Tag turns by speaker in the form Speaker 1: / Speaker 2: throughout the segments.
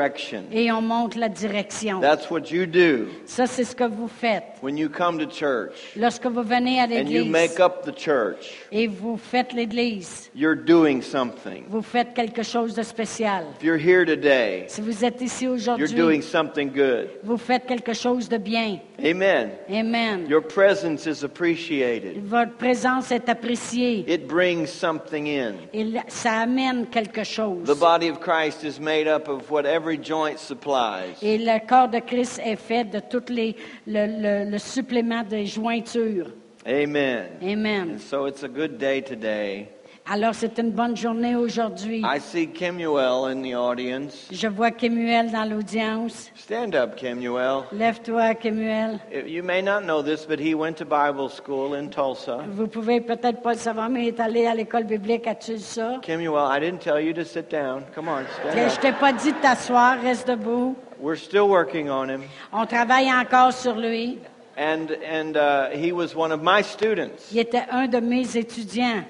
Speaker 1: direction.
Speaker 2: et on montre la direction.
Speaker 1: That's what you do
Speaker 2: Ça, c'est ce que vous faites
Speaker 1: when you come to church
Speaker 2: lorsque vous venez à
Speaker 1: and you
Speaker 2: l'église
Speaker 1: make up the church.
Speaker 2: et vous faites l'église.
Speaker 1: You're doing something.
Speaker 2: Vous faites quelque chose de spécial.
Speaker 1: If you're here today,
Speaker 2: Si vous êtes ici
Speaker 1: you're doing
Speaker 2: aujourd'hui,
Speaker 1: something good.
Speaker 2: vous faites quelque chose de bien.
Speaker 1: Amen.
Speaker 2: Amen.
Speaker 1: Your presence is appreciated.
Speaker 2: Votre présence est appréciée.
Speaker 1: It brings something in.
Speaker 2: Et là, ça amène quelque chose.
Speaker 1: The body of Christ is made up of what every joint supplies.
Speaker 2: Et le corps de Christ est fait de tous les le, le- le supplément des jointures.
Speaker 1: Amen.
Speaker 2: Amen.
Speaker 1: And so it's a good day today.
Speaker 2: Alors c'est une bonne journée aujourd'hui.
Speaker 1: I see Kemuel in the audience.
Speaker 2: Je vois Kemuel dans l'audience.
Speaker 1: Stand up, Kemuel.
Speaker 2: Lève-toi, Kemuel.
Speaker 1: You may not know this, but he went to Bible school in Tulsa.
Speaker 2: Vous pouvez peut-être pas le savoir, mais il est allé à l'école biblique à Tulsa.
Speaker 1: Kemuel, I didn't tell you to sit down. Come on,
Speaker 2: Que je
Speaker 1: stand up.
Speaker 2: t'ai pas dit de t'asseoir, reste debout.
Speaker 1: We're still working on him.
Speaker 2: On travaille encore sur lui.
Speaker 1: And, and uh, he was one of my students.
Speaker 2: Il était un de mes étudiants.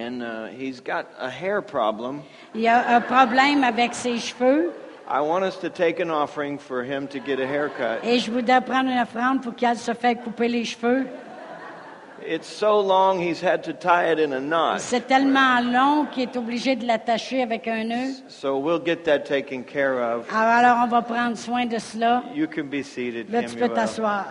Speaker 1: And uh, he's got a hair problem.
Speaker 2: Il a un problème avec ses cheveux
Speaker 1: I want us to take an offering for him to get a haircut.
Speaker 2: et je voudrais prendre une offrande pour qu'il se fasse couper les cheveux.
Speaker 1: It's so long he's had to tie it in a knot.
Speaker 2: C'est tellement long qu'il est obligé de l'attacher avec un nœud.
Speaker 1: So we'll get that taken care of.
Speaker 2: Alors, alors on va prendre soin de cela.
Speaker 1: You can be seated,
Speaker 2: Là, tu peux
Speaker 1: Kemuel.
Speaker 2: t'asseoir.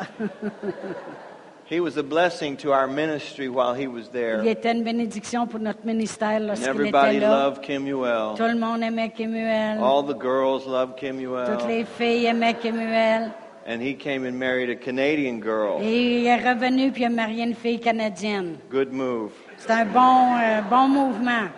Speaker 1: He was a blessing to our ministry while he was there.
Speaker 2: Il était une bénédiction pour notre ministère
Speaker 1: And
Speaker 2: lorsqu'il était
Speaker 1: everybody Oh,
Speaker 2: là.
Speaker 1: loved Kemuel.
Speaker 2: Tout le monde aimait Kemuel.
Speaker 1: All the girls loved
Speaker 2: Toutes
Speaker 1: Kemuel.
Speaker 2: les filles aimaient Kemuel.
Speaker 1: And he came and married a Canadian girl.
Speaker 2: Et il est revenu puis il a marié une fille canadienne.
Speaker 1: Good move.
Speaker 2: C'est un bon, euh, bon mouvement.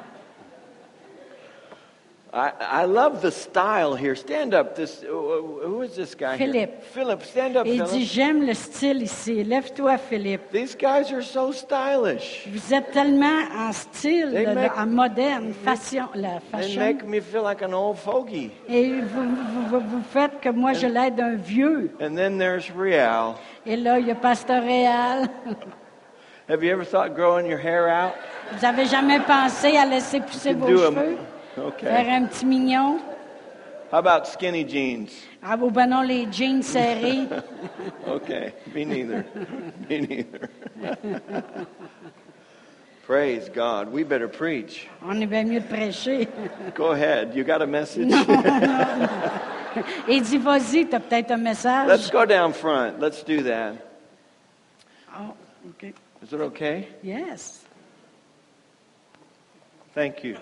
Speaker 1: I, I love the style here. Stand up. This who who is this guy? here?
Speaker 2: Philip.
Speaker 1: Philip, stand up,
Speaker 2: Et il dit,
Speaker 1: Philip.
Speaker 2: j'aime le style ici. Lève-toi, Philippe.
Speaker 1: These guys are so stylish.
Speaker 2: Vous êtes tellement en style,
Speaker 1: They
Speaker 2: là,
Speaker 1: make-
Speaker 2: en moderne, fashion, la
Speaker 1: They
Speaker 2: fashion.
Speaker 1: make me feel like an old fogey.
Speaker 2: Et vous, vous- vous- vous faites que moi, je l'aide d'un vieux.
Speaker 1: And then there's Rial.
Speaker 2: Et là, il y a Pasteur Réal.
Speaker 1: Have you ever thought growing your hair out?
Speaker 2: Vous avez jamais pensé à laisser pousser
Speaker 1: You
Speaker 2: vos
Speaker 1: can do 'em.
Speaker 2: cheveux?
Speaker 1: Okay.
Speaker 2: Faire un petit mignon?
Speaker 1: How about skinny jeans?
Speaker 2: Ah, vous ben non, les jeans serrés.
Speaker 1: Okay, me neither. me neither. Praise God. We better preach.
Speaker 2: On est bien mieux de prêcher.
Speaker 1: Go ahead. You got a message?
Speaker 2: Et dis, vas-y, t'as peut-être un
Speaker 1: Let's
Speaker 2: message.
Speaker 1: go down front. Let's do that.
Speaker 2: Oh, OK.
Speaker 1: Is it okay?
Speaker 2: Yes.
Speaker 1: Thank you.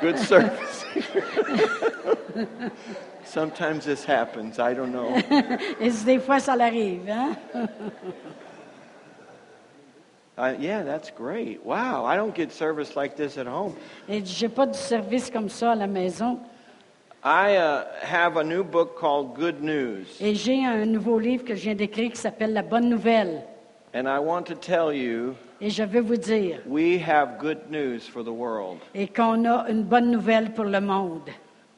Speaker 1: Good service. Sometimes this happens. I don't know.
Speaker 2: Et c'est des fois, ça l'arrive, hein?
Speaker 1: Uh, yeah, that's great. Wow, I don't get service like this at home.
Speaker 2: Et dis, j'ai pas du service comme ça à la maison.
Speaker 1: I uh, have a new book called Good News,
Speaker 2: Et j'ai un nouveau livre que je viens d'écrire qui s'appelle La Bonne Nouvelle.
Speaker 1: and I want to tell you
Speaker 2: Et je veux vous dire,
Speaker 1: we have good news for the world.
Speaker 2: et qu'on a une bonne nouvelle pour le monde.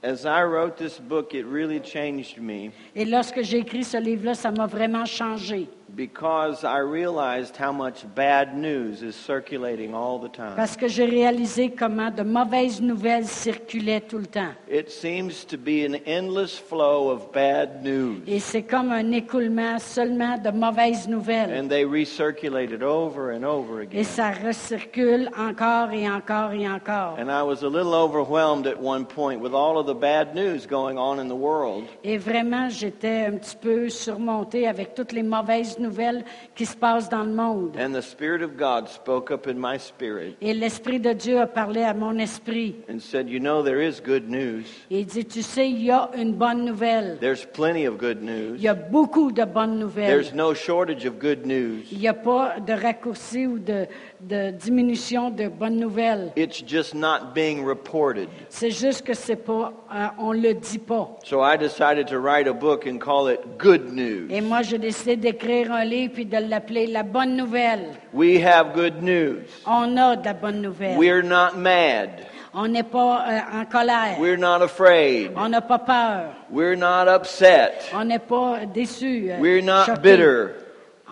Speaker 1: As I wrote this book, it really changed me
Speaker 2: Et lorsque j'ai écrit ce livre-là, ça m'a vraiment changé.
Speaker 1: because I realized how much bad news is circulating all the time.
Speaker 2: Parce que j'ai réalisé comment de mauvaises nouvelles circulaient tout le temps.
Speaker 1: It seems to be an endless flow of bad news.
Speaker 2: Et c'est comme un écoulement seulement de mauvaises nouvelles.
Speaker 1: And they recirculate it over and over
Speaker 2: Et
Speaker 1: again.
Speaker 2: ça recircule encore et encore et encore.
Speaker 1: And I was a little overwhelmed at one point with all of the bad news going on in the world.
Speaker 2: Et vraiment, j'étais un petit peu surmontée avec toutes les mauvaises nouvelles qui se passent dans le monde.
Speaker 1: And the Spirit of God spoke up in my spirit
Speaker 2: Et l'Esprit de Dieu a parlé à mon esprit.
Speaker 1: and said, You know, there is good news.
Speaker 2: Et il dit, tu sais, il y a une bonne nouvelle.
Speaker 1: There's plenty of good
Speaker 2: Il
Speaker 1: news.
Speaker 2: y a beaucoup de bonnes nouvelles.
Speaker 1: There's no shortage of good news.
Speaker 2: Il n'y a pas de raccourci ou de, de diminution de bonnes nouvelles.
Speaker 1: It's just not being reported.
Speaker 2: C'est juste que c'est pas, euh, on le dit pas.
Speaker 1: So I decided to write a book and call it Good
Speaker 2: Et
Speaker 1: News.
Speaker 2: moi, j'ai décidé d'écrire un livre puis de l'appeler La Bonne Nouvelle.
Speaker 1: We have good news.
Speaker 2: On a de la bonne nouvelle.
Speaker 1: We're not mad.
Speaker 2: On n'est pas euh, en colère.
Speaker 1: We're not afraid.
Speaker 2: On n'a pas peur.
Speaker 1: We're not upset.
Speaker 2: On n'est pas déçu. euh,
Speaker 1: We're not
Speaker 2: choqué.
Speaker 1: bitter.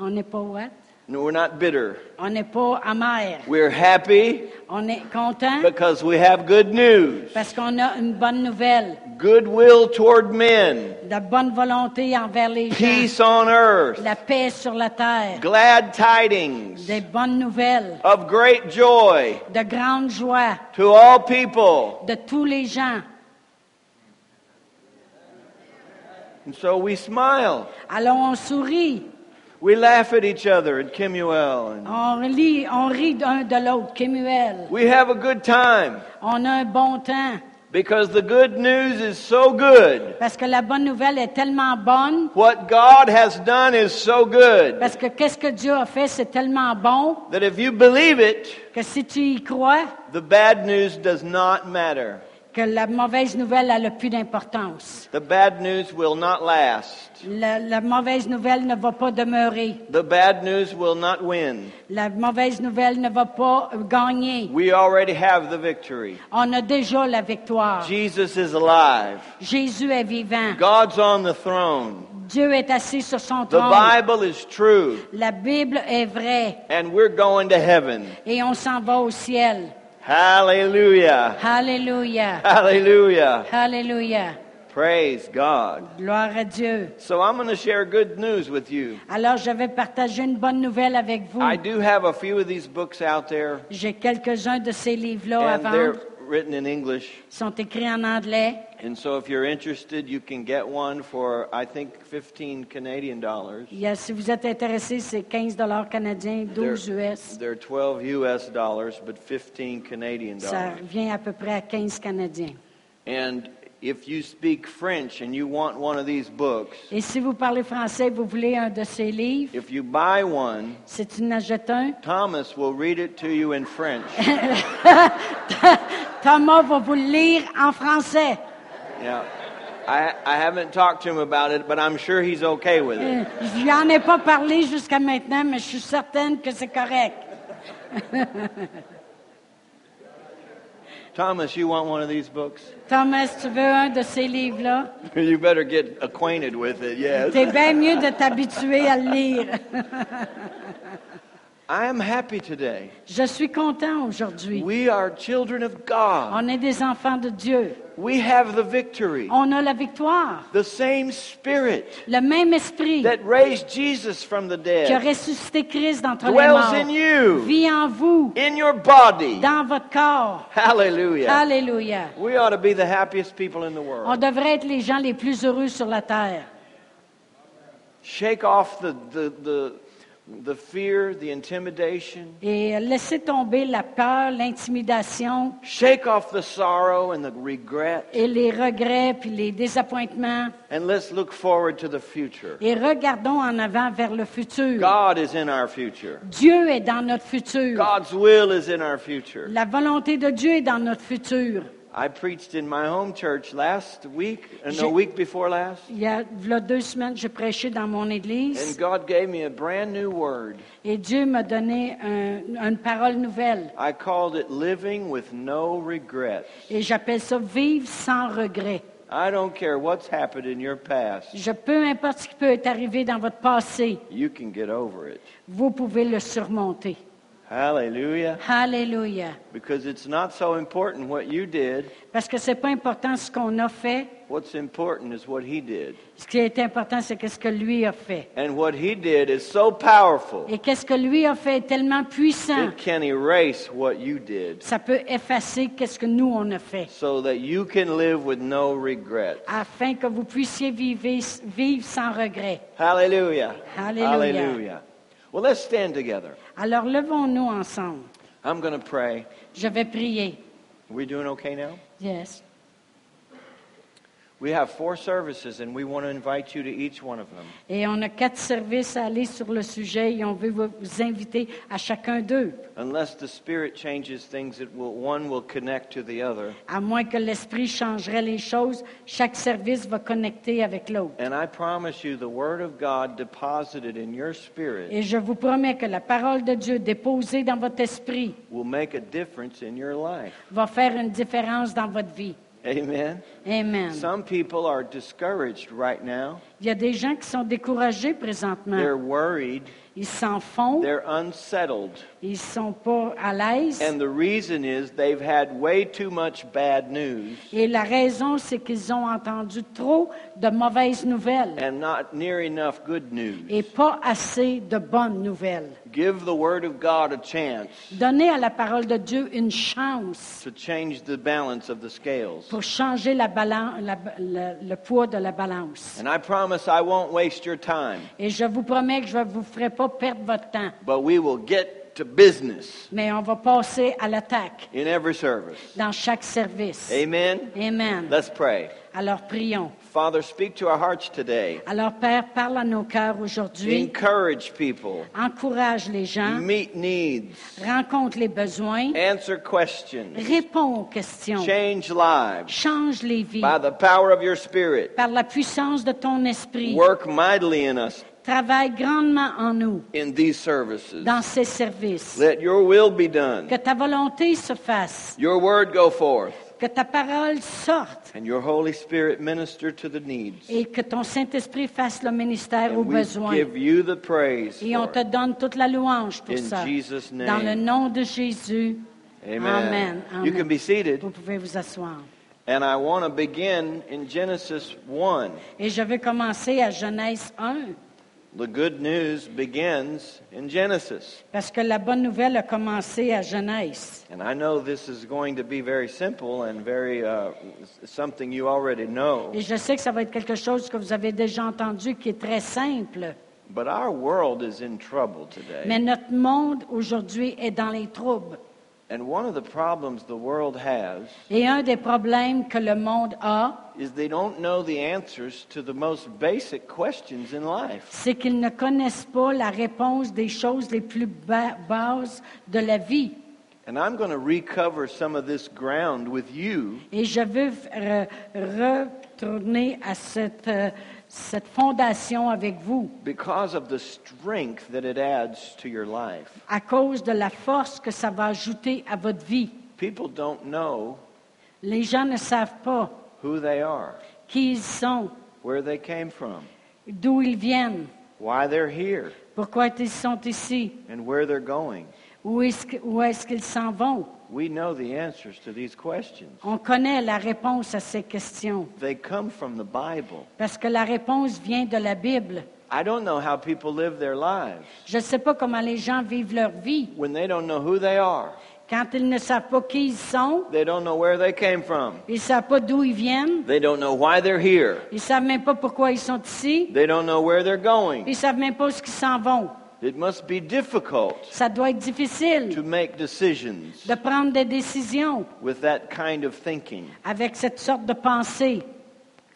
Speaker 2: On n'est pas what?
Speaker 1: No, we're not bitter.
Speaker 2: On n'est pas amer.
Speaker 1: We're happy
Speaker 2: On est content
Speaker 1: because we have good news,
Speaker 2: parce qu'on a une bonne nouvelle,
Speaker 1: goodwill toward men,
Speaker 2: de la bonne volonté envers les gens,
Speaker 1: peace on earth,
Speaker 2: la paix sur la terre,
Speaker 1: glad tidings
Speaker 2: des bonnes nouvelles,
Speaker 1: of great joy
Speaker 2: de grande joie
Speaker 1: to all people.
Speaker 2: de tous les gens.
Speaker 1: And so we smile.
Speaker 2: Alors on sourit,
Speaker 1: We laugh at each other at Kimuel. And
Speaker 2: on lit, on rit d'un de l'autre, Kemuel.
Speaker 1: we have a good time
Speaker 2: On a un bon temps
Speaker 1: because the good news is so good.
Speaker 2: parce que la bonne nouvelle est tellement bonne,
Speaker 1: What God has done is so good
Speaker 2: parce que qu'est-ce que Dieu a fait, c'est tellement bon
Speaker 1: that if you believe it,
Speaker 2: que si tu y crois,
Speaker 1: the bad news does not matter.
Speaker 2: que la mauvaise nouvelle a le plus d'importance.
Speaker 1: The bad news will not last.
Speaker 2: La, la mauvaise nouvelle ne va pas demeurer.
Speaker 1: The bad news will not win.
Speaker 2: La mauvaise nouvelle ne va pas euh, gagner.
Speaker 1: We already have the victory.
Speaker 2: On a déjà la victoire.
Speaker 1: Jesus is alive.
Speaker 2: Jésus est vivant.
Speaker 1: God's on the throne.
Speaker 2: Dieu est assis sur son
Speaker 1: The
Speaker 2: trône.
Speaker 1: Bible is true.
Speaker 2: La Bible est vraie
Speaker 1: And we're going to heaven.
Speaker 2: et on s'en va au ciel.
Speaker 1: Hallelujah.
Speaker 2: Alléluia.
Speaker 1: Hallelujah.
Speaker 2: Alléluia.
Speaker 1: Praise God.
Speaker 2: Gloire à Dieu.
Speaker 1: So I'm going to share good news with you.
Speaker 2: Alors je vais partager une bonne nouvelle avec vous.
Speaker 1: I do have a few of these books out there,
Speaker 2: J'ai quelques-uns de ces livres-là à
Speaker 1: and they're
Speaker 2: vendre.
Speaker 1: written in English.
Speaker 2: Ils sont écrits en anglais.
Speaker 1: And so if you're interested, you can get one for, I think, 15 Canadian dollars.
Speaker 2: Il y a- si vous êtes intéressé, c'est 15 canadiens, 12 US.
Speaker 1: They're 12 US dollars, but 15 Canadian
Speaker 2: Ça
Speaker 1: dollars.
Speaker 2: revient à peu près à 15 canadiens.
Speaker 1: And if you speak French and you want one of these books,
Speaker 2: Et si vous parlez français, vous voulez un de ces livres,
Speaker 1: if you buy one,
Speaker 2: si tu n'en jettes un,
Speaker 1: Thomas will read it to you in French.
Speaker 2: Thomas va vous le lire en français.
Speaker 1: Yeah. I, I haven't talked to him about it, but I'm sure he's okay with it.
Speaker 2: Euh, Je lui en ai pas parlé jusqu'à maintenant, mais je suis certaine que c'est correct.
Speaker 1: Thomas, you want one of these books?
Speaker 2: Thomas, tu veux un de ces livres-là?
Speaker 1: You better get acquainted with it, yes.
Speaker 2: C'est bien mieux de t'habituer à le lire.
Speaker 1: I am happy today.
Speaker 2: Je suis content aujourd'hui.
Speaker 1: We are children of God.
Speaker 2: On est des enfants de Dieu.
Speaker 1: We have the victory.
Speaker 2: On a la victoire.
Speaker 1: The same spirit
Speaker 2: Le même esprit
Speaker 1: that raised Jesus from the
Speaker 2: qui a
Speaker 1: dead
Speaker 2: ressuscité Christ d'entre les
Speaker 1: dwells in
Speaker 2: morts
Speaker 1: you,
Speaker 2: vit en vous,
Speaker 1: in your body.
Speaker 2: dans votre corps.
Speaker 1: Hallelujah.
Speaker 2: Alléluia.
Speaker 1: We ought to be the happiest people in the
Speaker 2: On
Speaker 1: world.
Speaker 2: devrait être les gens les plus heureux sur la terre.
Speaker 1: Shake off the, the, the, the fear, the intimidation.
Speaker 2: Et laissez tomber la peur, l'intimidation
Speaker 1: Shake off the sorrow and the regret,
Speaker 2: et les regrets puis les désappointements
Speaker 1: and let's look forward to the future.
Speaker 2: et regardons en avant vers le futur.
Speaker 1: God is in our future.
Speaker 2: Dieu est dans notre futur.
Speaker 1: God's will is in our future.
Speaker 2: La volonté de Dieu est dans notre futur.
Speaker 1: I preached in my home church last week, and the
Speaker 2: J'ai-
Speaker 1: week before last,
Speaker 2: Il y a v'là deux semaines, j'ai prêché dans mon
Speaker 1: and
Speaker 2: église
Speaker 1: God gave me a brand new word.
Speaker 2: et Dieu m'a donné un- une parole nouvelle.
Speaker 1: I called it living with no regrets.
Speaker 2: Et j'appelle ça vivre sans regret.
Speaker 1: I don't care what's happened in your past,
Speaker 2: Je peu importe ce qui peut être arrivé dans votre passé,
Speaker 1: you can get over it.
Speaker 2: vous pouvez le surmonter.
Speaker 1: Hallelujah.
Speaker 2: Alléluia.
Speaker 1: Because it's not so important what you did,
Speaker 2: Parce que c'est pas important ce qu'on a fait.
Speaker 1: what's important is what He did.
Speaker 2: Ce qui est important, c'est qu'est-ce que lui a fait.
Speaker 1: And what he did is so powerful,
Speaker 2: Et qu'est-ce que lui a fait est tellement puissant.
Speaker 1: it can erase what you did
Speaker 2: Ça peut effacer qu'est-ce que nous on a fait.
Speaker 1: so that you can live with no regret.
Speaker 2: Afin que vous puissiez vivre, vivre sans regret.
Speaker 1: Hallelujah.
Speaker 2: Hallelujah.
Speaker 1: Hallelujah. Well, let's stand together.
Speaker 2: Alors levons-nous ensemble.
Speaker 1: I'm going to pray.
Speaker 2: Je vais prier.
Speaker 1: we doing okay now?
Speaker 2: Yes.
Speaker 1: We have four services, and we want to invite you to each one of them.
Speaker 2: Et on a quatre services à aller sur le sujet et on veut vous- vous inviter à chacun d'eux.
Speaker 1: Unless the Spirit changes things, it will, one will connect to the other.
Speaker 2: À moins que l'Esprit changerait les choses, chaque service va connecter avec l'autre.
Speaker 1: And I promise you, the Word of God deposited in your spirit
Speaker 2: Et je vous promets que la parole de Dieu déposée dans votre esprit
Speaker 1: will make a difference in your life.
Speaker 2: va faire une différence dans votre vie.
Speaker 1: Amen.
Speaker 2: Amen.
Speaker 1: Some people are discouraged right now.
Speaker 2: Il y a des gens qui sont découragés présentement.
Speaker 1: They're worried.
Speaker 2: Ils s'en font.
Speaker 1: They're unsettled.
Speaker 2: Ils sont pas à l'aise.
Speaker 1: And the reason is they've had way too much bad news
Speaker 2: Et la raison, c'est qu'ils ont entendu trop de mauvaises nouvelles
Speaker 1: and not near enough good
Speaker 2: et
Speaker 1: news.
Speaker 2: pas assez de bonnes nouvelles.
Speaker 1: Give the Word of God a chance
Speaker 2: Donnez à la parole de Dieu une chance
Speaker 1: to change the balance of the scales.
Speaker 2: pour changer la balan- la- la- le poids de la balance.
Speaker 1: And I promise I won't waste your time,
Speaker 2: Et je vous promets que je ne vous ferai pas perdre votre temps,
Speaker 1: but we will get to business
Speaker 2: mais on va passer à l'attaque
Speaker 1: in every service.
Speaker 2: dans chaque service.
Speaker 1: Amen.
Speaker 2: Amen.
Speaker 1: Let's pray.
Speaker 2: Alors prions.
Speaker 1: Father, speak to our hearts today.
Speaker 2: Alors Père, parle à nos cœurs aujourd'hui.
Speaker 1: Encourage people.
Speaker 2: Encourage les gens.
Speaker 1: Meet needs.
Speaker 2: Rencontre les besoins.
Speaker 1: Answer questions.
Speaker 2: Réponds aux questions.
Speaker 1: Change lives
Speaker 2: Change les vies.
Speaker 1: by the power of your Spirit.
Speaker 2: Par la puissance de ton esprit,
Speaker 1: Work mightily in us
Speaker 2: travaille grandement en nous,
Speaker 1: in these services.
Speaker 2: dans ces services.
Speaker 1: Let your will be done.
Speaker 2: Que ta volonté se fasse.
Speaker 1: Your word go forth.
Speaker 2: Que ta parole sorte.
Speaker 1: And your Holy Spirit minister to the needs.
Speaker 2: Et que ton Saint-Esprit fasse le ministère aux
Speaker 1: And we
Speaker 2: besoins.
Speaker 1: give you the praise.
Speaker 2: Et on
Speaker 1: for
Speaker 2: te
Speaker 1: it.
Speaker 2: donne toute la louange pour
Speaker 1: In
Speaker 2: ça.
Speaker 1: Jesus' name.
Speaker 2: Dans le nom de Jésus.
Speaker 1: Amen.
Speaker 2: Amen.
Speaker 1: You can be
Speaker 2: Vous
Speaker 1: seated.
Speaker 2: pouvez vous asseoir.
Speaker 1: And I want to begin in Genesis 1.
Speaker 2: Et je vais commencer à Genèse 1,
Speaker 1: The good news begins in Genesis.
Speaker 2: parce que la bonne nouvelle a commencé à Genèse.
Speaker 1: And I know this is going to be very simple and very uh, something you already know,
Speaker 2: Et je sais que ça va être quelque chose que vous avez déjà entendu qui est très simple.
Speaker 1: but our world is in trouble today.
Speaker 2: Mais notre monde aujourd'hui est dans les troubles.
Speaker 1: And one of the problems the world has
Speaker 2: Et un des problèmes que le monde a,
Speaker 1: is they don't know the answers to the most basic questions in life.
Speaker 2: c'est qu'ils ne connaissent pas la réponse des choses les plus ba- bases de la vie.
Speaker 1: And I'm going to recover some of this ground with you
Speaker 2: Et je veux euh, retourner à cette, euh, cette fondation avec vous
Speaker 1: because of the strength that it adds to your life.
Speaker 2: à cause de la force que ça va ajouter à votre vie.
Speaker 1: People don't know
Speaker 2: Les gens ne savent pas
Speaker 1: who they are,
Speaker 2: qui ils sont,
Speaker 1: where they came from,
Speaker 2: d'où ils viennent,
Speaker 1: why they're here,
Speaker 2: pourquoi ils sont ici,
Speaker 1: and where they're going.
Speaker 2: où est-ce que- où est-ce qu'ils s'en vont.
Speaker 1: We know the answers to these questions.
Speaker 2: On connaît la réponse à ces questions
Speaker 1: They come from the Bible.
Speaker 2: parce que la réponse vient de la Bible.
Speaker 1: I don't know how people live their lives
Speaker 2: Je ne sais pas comment les gens vivent leur vie
Speaker 1: when they don't know who they are.
Speaker 2: quand ils ne savent pas qui ils sont,
Speaker 1: They don't know where they came from.
Speaker 2: ils ne savent pas d'où ils viennent,
Speaker 1: They don't know why they're here.
Speaker 2: ils ne savent même pas pourquoi ils sont ici,
Speaker 1: They don't know where they're
Speaker 2: ils ne
Speaker 1: going.
Speaker 2: savent même pas ce qu'ils s'en vont.
Speaker 1: It must be difficult
Speaker 2: Ça doit être difficile
Speaker 1: to make decisions
Speaker 2: de prendre des décisions
Speaker 1: with that kind of thinking.
Speaker 2: avec cette sorte de pensée.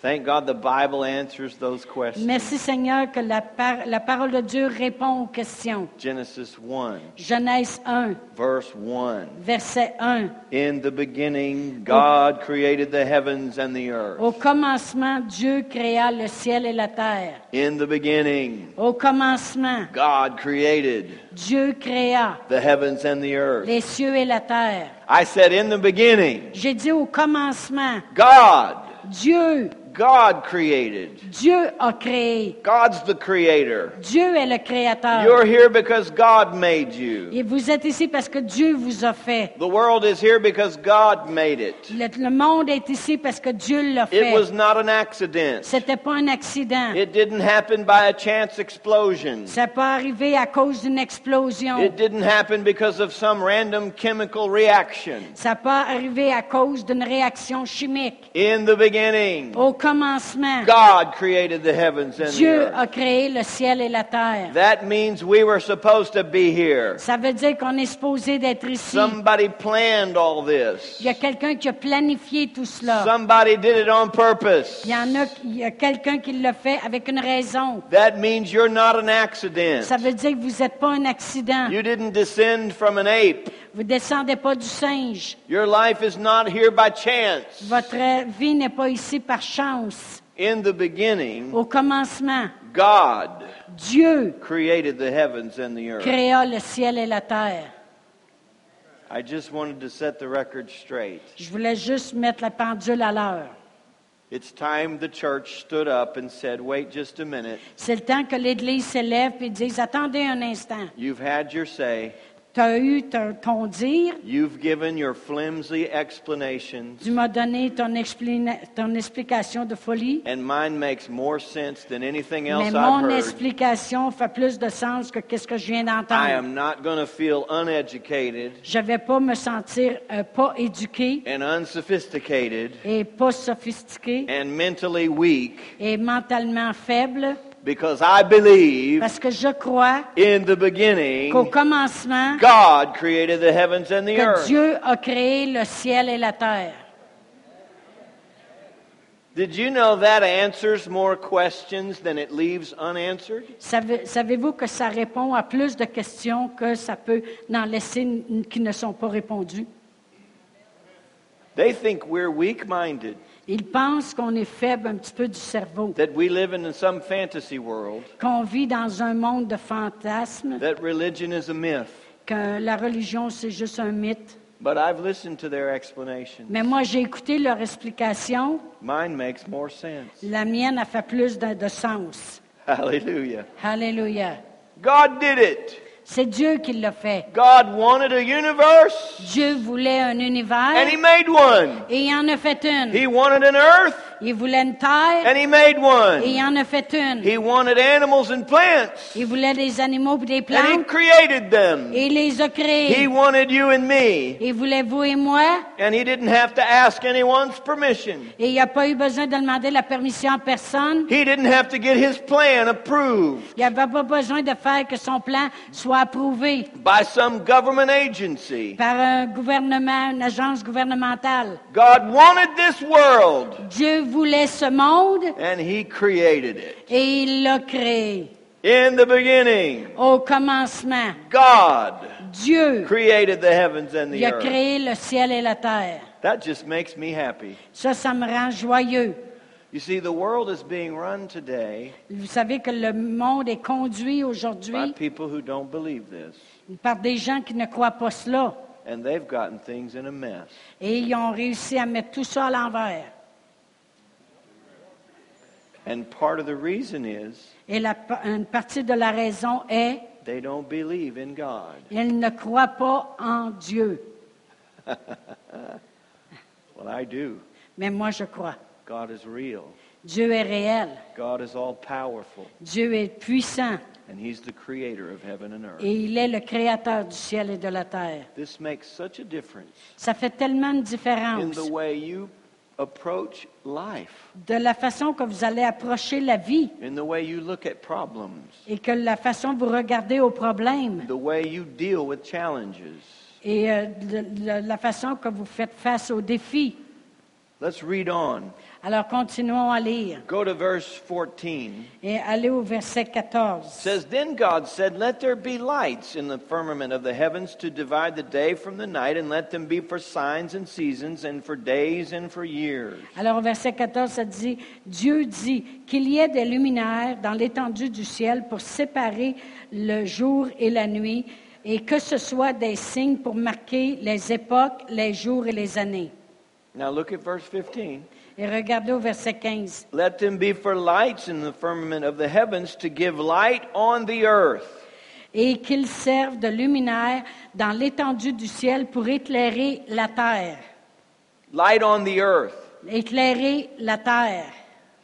Speaker 1: Thank God the Bible answers those questions.
Speaker 2: Merci Seigneur que la, par- la parole de Dieu répond aux questions.
Speaker 1: Genesis 1,
Speaker 2: Genèse 1,
Speaker 1: verse 1.
Speaker 2: verset 1.
Speaker 1: In the beginning, God created the heavens and the earth.
Speaker 2: Au commencement, Dieu créa le ciel et la terre.
Speaker 1: In the beginning,
Speaker 2: Au commencement,
Speaker 1: God created
Speaker 2: Dieu créa
Speaker 1: the heavens and the earth.
Speaker 2: les cieux et la terre.
Speaker 1: I said, in the beginning,
Speaker 2: J'ai dit au commencement,
Speaker 1: God,
Speaker 2: Dieu,
Speaker 1: God created.
Speaker 2: Dieu a créé.
Speaker 1: God's the creator.
Speaker 2: Dieu est le
Speaker 1: You're
Speaker 2: créateur.
Speaker 1: here because God made you.
Speaker 2: Et vous êtes ici parce que Dieu vous a fait.
Speaker 1: The world is here because God made it.
Speaker 2: Le, le monde est ici parce que Dieu l'a
Speaker 1: It
Speaker 2: fait.
Speaker 1: was not an accident.
Speaker 2: C'était pas un accident.
Speaker 1: It didn't happen by a chance explosion.
Speaker 2: Ça peut arriver à cause d'une explosion.
Speaker 1: It didn't happen because of some random chemical reaction.
Speaker 2: Ça peut arriver à cause d'une réaction chimique.
Speaker 1: In the beginning,
Speaker 2: Au commencement,
Speaker 1: God created the heavens and the
Speaker 2: Dieu
Speaker 1: earth.
Speaker 2: a créé le ciel et la terre.
Speaker 1: That means we were supposed to be here.
Speaker 2: Ça veut dire qu'on est supposé d'être ici.
Speaker 1: Somebody planned all this.
Speaker 2: Il y a quelqu'un qui a planifié tout cela.
Speaker 1: Somebody did it on purpose.
Speaker 2: Il y en a, il y a quelqu'un qui le fait avec une raison.
Speaker 1: That means you're not an accident.
Speaker 2: Ça veut dire que vous n'êtes pas un accident.
Speaker 1: You didn't descend from an ape.
Speaker 2: Vous descendez pas du singe.
Speaker 1: Your life is not here by chance.
Speaker 2: Votre vie n'est pas ici par chance.
Speaker 1: In the beginning,
Speaker 2: Au commencement,
Speaker 1: God
Speaker 2: Dieu
Speaker 1: created the heavens and the earth.
Speaker 2: créa le ciel et la terre.
Speaker 1: I just wanted to set the record straight.
Speaker 2: Je voulais juste mettre la pendule à l'heure.
Speaker 1: It's time the church stood up and said, wait just a minute.
Speaker 2: C'est le temps que l'Église s'élève et dise, attendez un instant,
Speaker 1: You've had your say.
Speaker 2: tu as eu ton, ton dire,
Speaker 1: You've given your flimsy explanations.
Speaker 2: tu m'as donné ton, explina- ton explication de folie,
Speaker 1: And mine makes more sense than anything
Speaker 2: mais
Speaker 1: else I've
Speaker 2: mon
Speaker 1: heard.
Speaker 2: explication fait plus de sens que quest ce que je viens
Speaker 1: I
Speaker 2: d'entendre.
Speaker 1: am not going to feel uneducated
Speaker 2: Je ne vais pas me sentir euh, pas éduqué
Speaker 1: and unsophisticated
Speaker 2: et pas sophistiqué
Speaker 1: and mentally weak
Speaker 2: et mentalement faible
Speaker 1: because I believe
Speaker 2: parce que je crois
Speaker 1: in the
Speaker 2: qu'au
Speaker 1: beginning
Speaker 2: commencement,
Speaker 1: God created the heavens and the
Speaker 2: que
Speaker 1: earth.
Speaker 2: Dieu a créé le ciel et la terre.
Speaker 1: Did you know that answers more questions than it leaves unanswered?
Speaker 2: Savez- Savez-vous que ça répond à plus de questions que ça peut en laisser n- qui ne sont pas répondues?
Speaker 1: They think we're weak minded,
Speaker 2: Ils pensent qu'on est faible un petit peu du cerveau,
Speaker 1: that we live in some fantasy world,
Speaker 2: qu'on vit dans un monde de fantasmes,
Speaker 1: that religion is a myth.
Speaker 2: que la religion, c'est juste un mythe.
Speaker 1: But I've listened to their explanation.
Speaker 2: Mais moi, j'ai écouté leur explication.
Speaker 1: Mine makes more sense.
Speaker 2: La mienne a fait plus de, de sens.
Speaker 1: Hallelujah.
Speaker 2: Alléluia.
Speaker 1: God did it.
Speaker 2: C'est Dieu qui l'a fait.
Speaker 1: God wanted a universe,
Speaker 2: Dieu voulait un univers
Speaker 1: and He made one.
Speaker 2: et il en a fait une.
Speaker 1: He wanted an earth,
Speaker 2: Il voulait une terre
Speaker 1: and He made
Speaker 2: et
Speaker 1: one.
Speaker 2: il en a fait une.
Speaker 1: He wanted animals and plants,
Speaker 2: Il voulait des animaux et des
Speaker 1: and He
Speaker 2: plantes
Speaker 1: created them.
Speaker 2: et il les a
Speaker 1: He
Speaker 2: créés.
Speaker 1: wanted you and me,
Speaker 2: Il voulait vous et moi
Speaker 1: and He didn't have to ask anyone's permission.
Speaker 2: et il n'a pas eu besoin de demander la permission à personne.
Speaker 1: He didn't have to get His plan approved
Speaker 2: Il n'avait pas besoin de faire que son plan soit approuvé
Speaker 1: by some government agency.
Speaker 2: par un gouvernement, une agence gouvernementale.
Speaker 1: God wanted this world,
Speaker 2: Dieu voulait ce monde
Speaker 1: and He created it.
Speaker 2: et il l'a créé.
Speaker 1: In the beginning,
Speaker 2: Au commencement,
Speaker 1: God
Speaker 2: Dieu
Speaker 1: created the heavens and
Speaker 2: il
Speaker 1: the
Speaker 2: a
Speaker 1: earth.
Speaker 2: créé le ciel et la terre.
Speaker 1: That just makes me happy.
Speaker 2: Ça, ça me rend joyeux.
Speaker 1: You see, the world is being run today
Speaker 2: Vous savez que le monde est conduit
Speaker 1: by
Speaker 2: aujourd'hui
Speaker 1: people who don't believe this,
Speaker 2: par des gens qui ne croient pas cela.
Speaker 1: and they've gotten things in a mess.
Speaker 2: Et ils ont réussi à mettre tout ça à l'envers.
Speaker 1: And part of the reason is
Speaker 2: Et la pa- une partie de la raison est
Speaker 1: they don't believe in God.
Speaker 2: ils ne croient pas en Dieu.
Speaker 1: Well, I do.
Speaker 2: Mais moi, je crois.
Speaker 1: God is real.
Speaker 2: Dieu est réel.
Speaker 1: God is all powerful,
Speaker 2: Dieu est puissant.
Speaker 1: and He's the creator of heaven and earth.
Speaker 2: Et il est le créateur du ciel et de la terre.
Speaker 1: This makes such a difference
Speaker 2: Ça fait tellement de
Speaker 1: in
Speaker 2: différence
Speaker 1: the way you approach life,
Speaker 2: de la façon que vous allez approcher la vie
Speaker 1: in the way you look at problems.
Speaker 2: et que la façon que vous regardez au problème
Speaker 1: the way you deal with challenges.
Speaker 2: et euh, le- le- la façon que vous faites face aux défis.
Speaker 1: Let's read on.
Speaker 2: Alors continuons à lire
Speaker 1: Go to verse 14.
Speaker 2: et allez au verset 14.
Speaker 1: It says, Then God said, Let there be lights in the firmament of the heavens to divide the day from the night, and let them be for signs and seasons, and for days and for years.
Speaker 2: Alors, au verset 14, ça dit, Dieu dit qu'il y ait des luminaires dans l'étendue du ciel pour séparer le jour et la nuit, et que ce soit des signes pour marquer les époques, les jours et les années.
Speaker 1: Now look at verse 15.
Speaker 2: Et regardez au verset 15.
Speaker 1: Let them be for lights in the firmament of the heavens to give light on the earth.
Speaker 2: Et qu'ils servent de luminaires dans l'étendue du ciel pour éclairer la terre.
Speaker 1: Light on the earth.
Speaker 2: Éclairer la terre.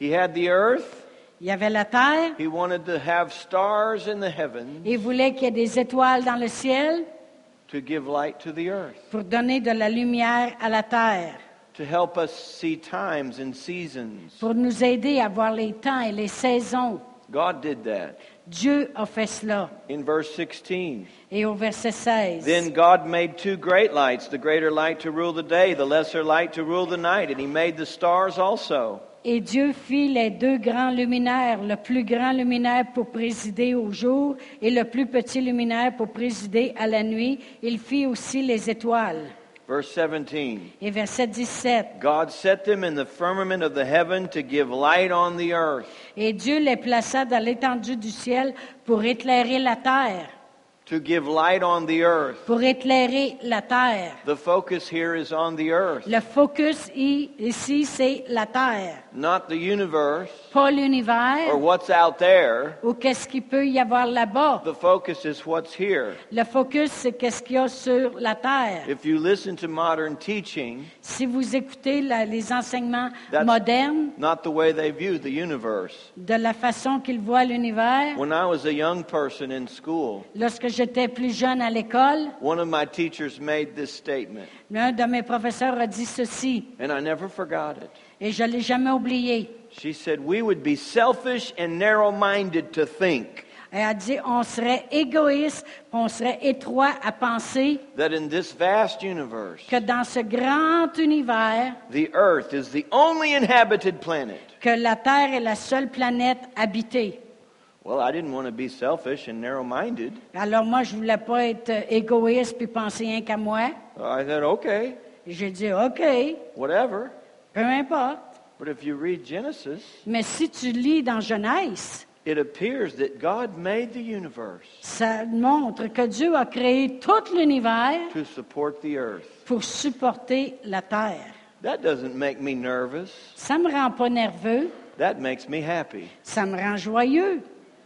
Speaker 1: He had the earth.
Speaker 2: Il y avait la terre.
Speaker 1: He wanted to have stars in the heaven
Speaker 2: Il voulait qu'il y ait des étoiles dans le ciel
Speaker 1: to give light to the earth.
Speaker 2: pour donner de la lumière à la terre.
Speaker 1: to help us see times and seasons.
Speaker 2: pour nous aider à voir les temps et les saisons.
Speaker 1: God did that
Speaker 2: Dieu a fait cela.
Speaker 1: in verse 16.
Speaker 2: Et au verset 16,
Speaker 1: Then God made two great lights, the greater light to rule the day, the lesser light to rule the night, and he made the stars also.
Speaker 2: et Dieu fit les deux grands luminaires, le plus grand luminaire pour présider au jour et le plus petit luminaire pour présider à la nuit. Il fit aussi les étoiles.
Speaker 1: Verse 17.
Speaker 2: Et verset 17,
Speaker 1: God set them in the firmament of the heaven to give light on the earth.
Speaker 2: et Dieu les plaça dans l'étendue du ciel pour éclairer la terre.
Speaker 1: to give light on the earth.
Speaker 2: pour éclairer la terre.
Speaker 1: The focus here is on the earth,
Speaker 2: Le focus i- ici, c'est la terre,
Speaker 1: not the universe
Speaker 2: pas
Speaker 1: or
Speaker 2: l'univers
Speaker 1: what's out there.
Speaker 2: ou qu'est-ce qu'il peut y avoir là-bas.
Speaker 1: The focus is what's here.
Speaker 2: Le focus, c'est qu'est-ce qu'il y a sur la terre.
Speaker 1: If you listen to modern teaching,
Speaker 2: Si vous écoutez la- les enseignements
Speaker 1: That's-
Speaker 2: modernes
Speaker 1: not the way they view the universe.
Speaker 2: de la façon qu'ils voient l'univers,
Speaker 1: When I was a young person in school,
Speaker 2: lorsque j'étais plus jeune à l'école,
Speaker 1: one of my teachers made this statement,
Speaker 2: un de mes professeurs a dit ceci,
Speaker 1: and I never forgot it.
Speaker 2: et je ne l'ai jamais oublié.
Speaker 1: She said, We would be selfish and narrow minded to think
Speaker 2: Elle a dit, on serait égoïste, puis on serait étroit à penser
Speaker 1: that in this vast universe,
Speaker 2: que dans ce grand univers,
Speaker 1: the earth is the only inhabited planet.
Speaker 2: que la Terre est la seule planète habitée.
Speaker 1: Well, I didn't want to be selfish and narrow minded.
Speaker 2: Alors moi, je voulais pas être euh, égoïste puis penser rien qu'à moi.
Speaker 1: I said, Okay,
Speaker 2: J'ai dit, OK,
Speaker 1: whatever.
Speaker 2: peu importe.
Speaker 1: But if you read Genesis,
Speaker 2: Mais si tu lis dans Genèse,
Speaker 1: it appears that God made the universe
Speaker 2: ça montre que Dieu a créé tout l'univers
Speaker 1: to support the earth.
Speaker 2: pour supporter la Terre.
Speaker 1: That doesn't make me nervous,
Speaker 2: Ça me rend pas nerveux,
Speaker 1: that makes me happy.
Speaker 2: ça me rend joyeux.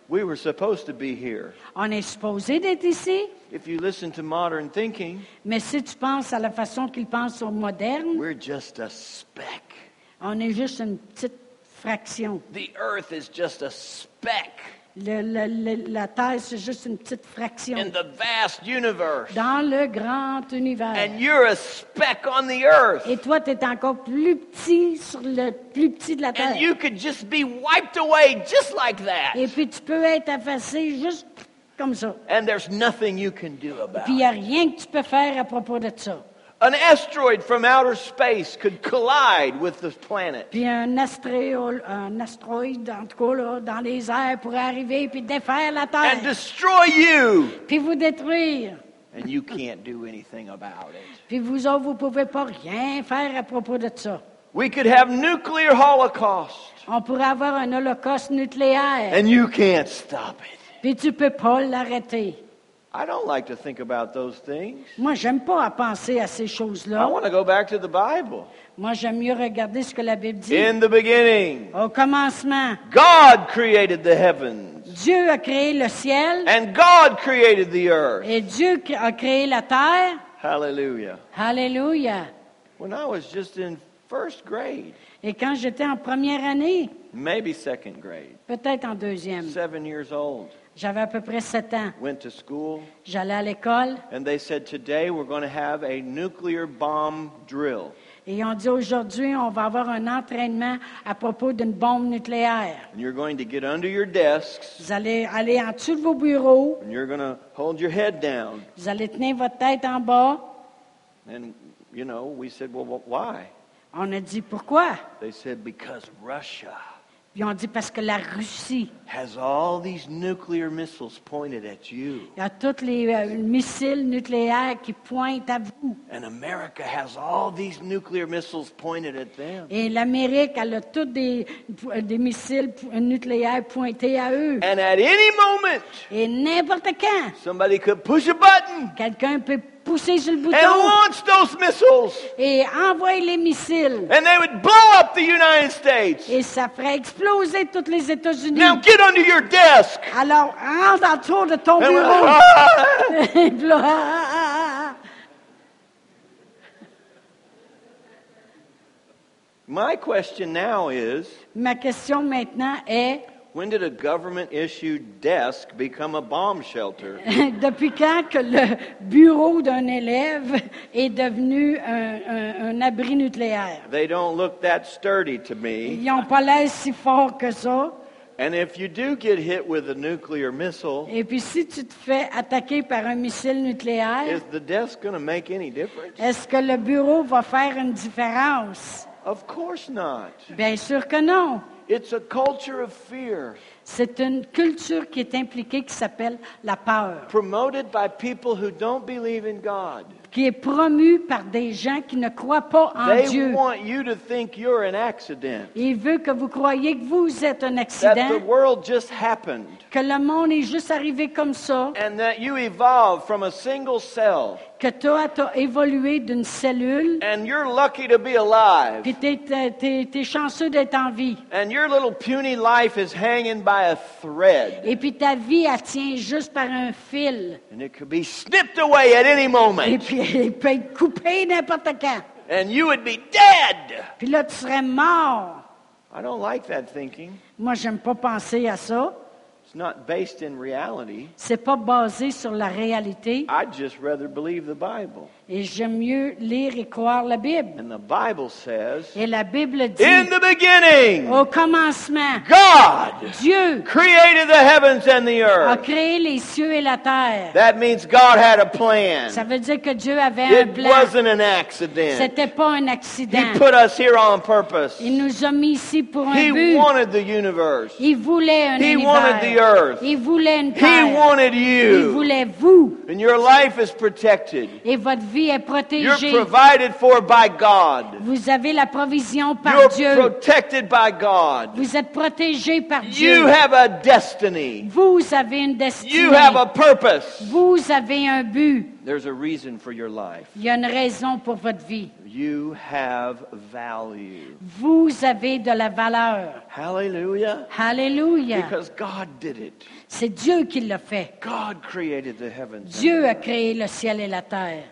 Speaker 1: We were supposed to be here.
Speaker 2: On est supposé d'être ici,
Speaker 1: If you listen to modern thinking,
Speaker 2: mais si tu penses à la façon qu'ils pensent aux modernes,
Speaker 1: we're just a speck.
Speaker 2: on est juste une petite fraction.
Speaker 1: The earth is just a speck
Speaker 2: Le- le- le- la Terre, c'est juste une petite fraction
Speaker 1: in the vast universe.
Speaker 2: dans le grand univers.
Speaker 1: And you're a speck on the earth.
Speaker 2: Et toi, tu es encore plus petit sur le plus petit de la Terre.
Speaker 1: And you could just be wiped away just like that.
Speaker 2: Et puis tu peux être effacé juste comme ça.
Speaker 1: And there's nothing you can do about
Speaker 2: Puis il
Speaker 1: it.
Speaker 2: n'y a rien que tu peux faire à propos de ça.
Speaker 1: An asteroid from outer space could collide with the planet.
Speaker 2: Puis un, astéro- un astéroïde, en tout cas, là, dans les airs pourrait arriver puis défaire la
Speaker 1: And
Speaker 2: Terre,
Speaker 1: destroy you.
Speaker 2: puis vous détruire.
Speaker 1: And you can't do anything about it.
Speaker 2: Puis vous autres, vous ne pouvez pas rien faire à propos de ça.
Speaker 1: We could have nuclear holocaust.
Speaker 2: On pourrait avoir un holocauste nucléaire,
Speaker 1: And you can't stop it.
Speaker 2: puis tu ne peux pas l'arrêter.
Speaker 1: I don't like to think about those things.
Speaker 2: Moi, j'aime pas à penser à ces
Speaker 1: I
Speaker 2: choses-là.
Speaker 1: want to go back to the Bible.
Speaker 2: Moi, j'aime mieux regarder ce que la Bible dit.
Speaker 1: In the beginning,
Speaker 2: Au commencement,
Speaker 1: God created the heavens,
Speaker 2: Dieu a créé le ciel
Speaker 1: and God created the earth.
Speaker 2: et Dieu cr- a créé la terre.
Speaker 1: Hallelujah.
Speaker 2: Alléluia.
Speaker 1: When I was just in first grade,
Speaker 2: Et quand j'étais en première année,
Speaker 1: maybe second grade,
Speaker 2: peut-être en deuxième,
Speaker 1: seven years old,
Speaker 2: j'avais à peu près sept ans.
Speaker 1: went to school,
Speaker 2: J'allais à l'école
Speaker 1: and they said, Today we're going to have a nuclear bomb drill.
Speaker 2: et on dit aujourd'hui, on va avoir un entraînement à propos d'une bombe nucléaire.
Speaker 1: And you're going to get under your desks,
Speaker 2: Vous allez aller en dessous de vos bureaux,
Speaker 1: and you're going to hold your head down.
Speaker 2: vous allez tenir votre tête en bas.
Speaker 1: And, you know, we said, Well, wh- why?
Speaker 2: On a dit pourquoi?
Speaker 1: They said, Because Russia
Speaker 2: Puis on dit parce que la Russie
Speaker 1: has all these nuclear missiles pointed at you,
Speaker 2: Il y a tous les euh, missiles nucléaires qui pointent à vous.
Speaker 1: and America has all these nucléaires missiles pointed at them.
Speaker 2: Et l'Amérique, elle a tous des, des missiles p- nucléaires pointés à eux.
Speaker 1: And at any moment,
Speaker 2: Et n'importe quand,
Speaker 1: somebody could push a button
Speaker 2: quelqu'un peut pousser sur le
Speaker 1: and
Speaker 2: bouton
Speaker 1: launch those missiles,
Speaker 2: et envoyer les missiles.
Speaker 1: and they would blow up the United States.
Speaker 2: Et ça ferait exploser tous les États-Unis.
Speaker 1: Now get under your desk.
Speaker 2: Alors, rentre en dessous de ton
Speaker 1: And we're-
Speaker 2: bureau.
Speaker 1: Ah!
Speaker 2: Et puis là, ah, ah, ah, ah.
Speaker 1: My question now is
Speaker 2: Ma question maintenant est,
Speaker 1: when did a government issued desk become a bomb shelter?
Speaker 2: Depuis quand que le bureau d'un élève est devenu un, un- un abri nucléaire?
Speaker 1: They don't look that sturdy to me.
Speaker 2: Ils n'ont pas l'air si forts que ça.
Speaker 1: And if you do get hit with a nuclear missile,
Speaker 2: Et puis si tu te fais attaquer par un missile nucléaire,
Speaker 1: is the desk going to make any difference?
Speaker 2: est-ce que le bureau va faire une différence?
Speaker 1: Of course not.
Speaker 2: Bien sûr que non.
Speaker 1: It's a culture of fear
Speaker 2: C'est une culture qui est impliquée qui s'appelle la peur,
Speaker 1: promoted by people who don't believe in God.
Speaker 2: qui est promue par des gens qui ne croient pas en
Speaker 1: They
Speaker 2: Ah, Dieu.
Speaker 1: want you to think you're an accident,
Speaker 2: Il veut que vous croyiez que vous êtes un
Speaker 1: that the
Speaker 2: accident,
Speaker 1: world just happened,
Speaker 2: que le monde est juste arrivé comme ça,
Speaker 1: and that you evolved from a single cell,
Speaker 2: que toi, tu as évolué d'une cellule,
Speaker 1: and you're lucky to be alive,
Speaker 2: puis tu es chanceux d'être en vie.
Speaker 1: and your little puny life is hanging by a thread,
Speaker 2: Et puis ta vie, elle tient juste par un fil.
Speaker 1: and it could be snipped away at any
Speaker 2: Et
Speaker 1: moment,
Speaker 2: puis elle peut être coupée n'importe quand.
Speaker 1: and you would be dead.
Speaker 2: Puis là, tu serais mort.
Speaker 1: I don't like that thinking.
Speaker 2: Moi, j'aime pas penser à ça.
Speaker 1: It's not based in reality.
Speaker 2: C'est pas basé sur la réalité.
Speaker 1: I'd just rather believe the Bible.
Speaker 2: Et j'aime mieux lire et croire la Bible.
Speaker 1: And the Bible says,
Speaker 2: Et la Bible dit,
Speaker 1: In the beginning,
Speaker 2: au commencement,
Speaker 1: God
Speaker 2: Dieu
Speaker 1: created the heavens and the
Speaker 2: a
Speaker 1: earth.
Speaker 2: créé les cieux et la terre.
Speaker 1: That means God had a plan.
Speaker 2: Ça veut dire que Dieu avait un
Speaker 1: It
Speaker 2: plan.
Speaker 1: wasn't an accident.
Speaker 2: C'était pas un
Speaker 1: He
Speaker 2: accident.
Speaker 1: put us here on purpose.
Speaker 2: Il nous a mis ici pour un
Speaker 1: He
Speaker 2: but.
Speaker 1: wanted the universe.
Speaker 2: Il voulait un
Speaker 1: He
Speaker 2: univers.
Speaker 1: wanted the earth.
Speaker 2: Il voulait une
Speaker 1: He
Speaker 2: terre.
Speaker 1: wanted
Speaker 2: Il
Speaker 1: you.
Speaker 2: voulait vous.
Speaker 1: And your life is protected.
Speaker 2: Et votre vie est
Speaker 1: You're
Speaker 2: protégée.
Speaker 1: provided for by God.
Speaker 2: Vous avez la provision par
Speaker 1: You're
Speaker 2: Dieu.
Speaker 1: protected by God.
Speaker 2: Vous êtes protégé par Dieu.
Speaker 1: You have a destiny.
Speaker 2: Vous avez une destinée.
Speaker 1: You have a purpose.
Speaker 2: Vous avez un but.
Speaker 1: There's a reason for your life.
Speaker 2: Il y a une raison pour votre vie.
Speaker 1: You have value.
Speaker 2: Vous avez de la valeur.
Speaker 1: Hallelujah.
Speaker 2: Alléluia.
Speaker 1: Because God did it.
Speaker 2: C'est Dieu qui l'a fait.
Speaker 1: God created the heavens. and
Speaker 2: Dieu
Speaker 1: the
Speaker 2: a
Speaker 1: earth.
Speaker 2: créé le ciel et la terre.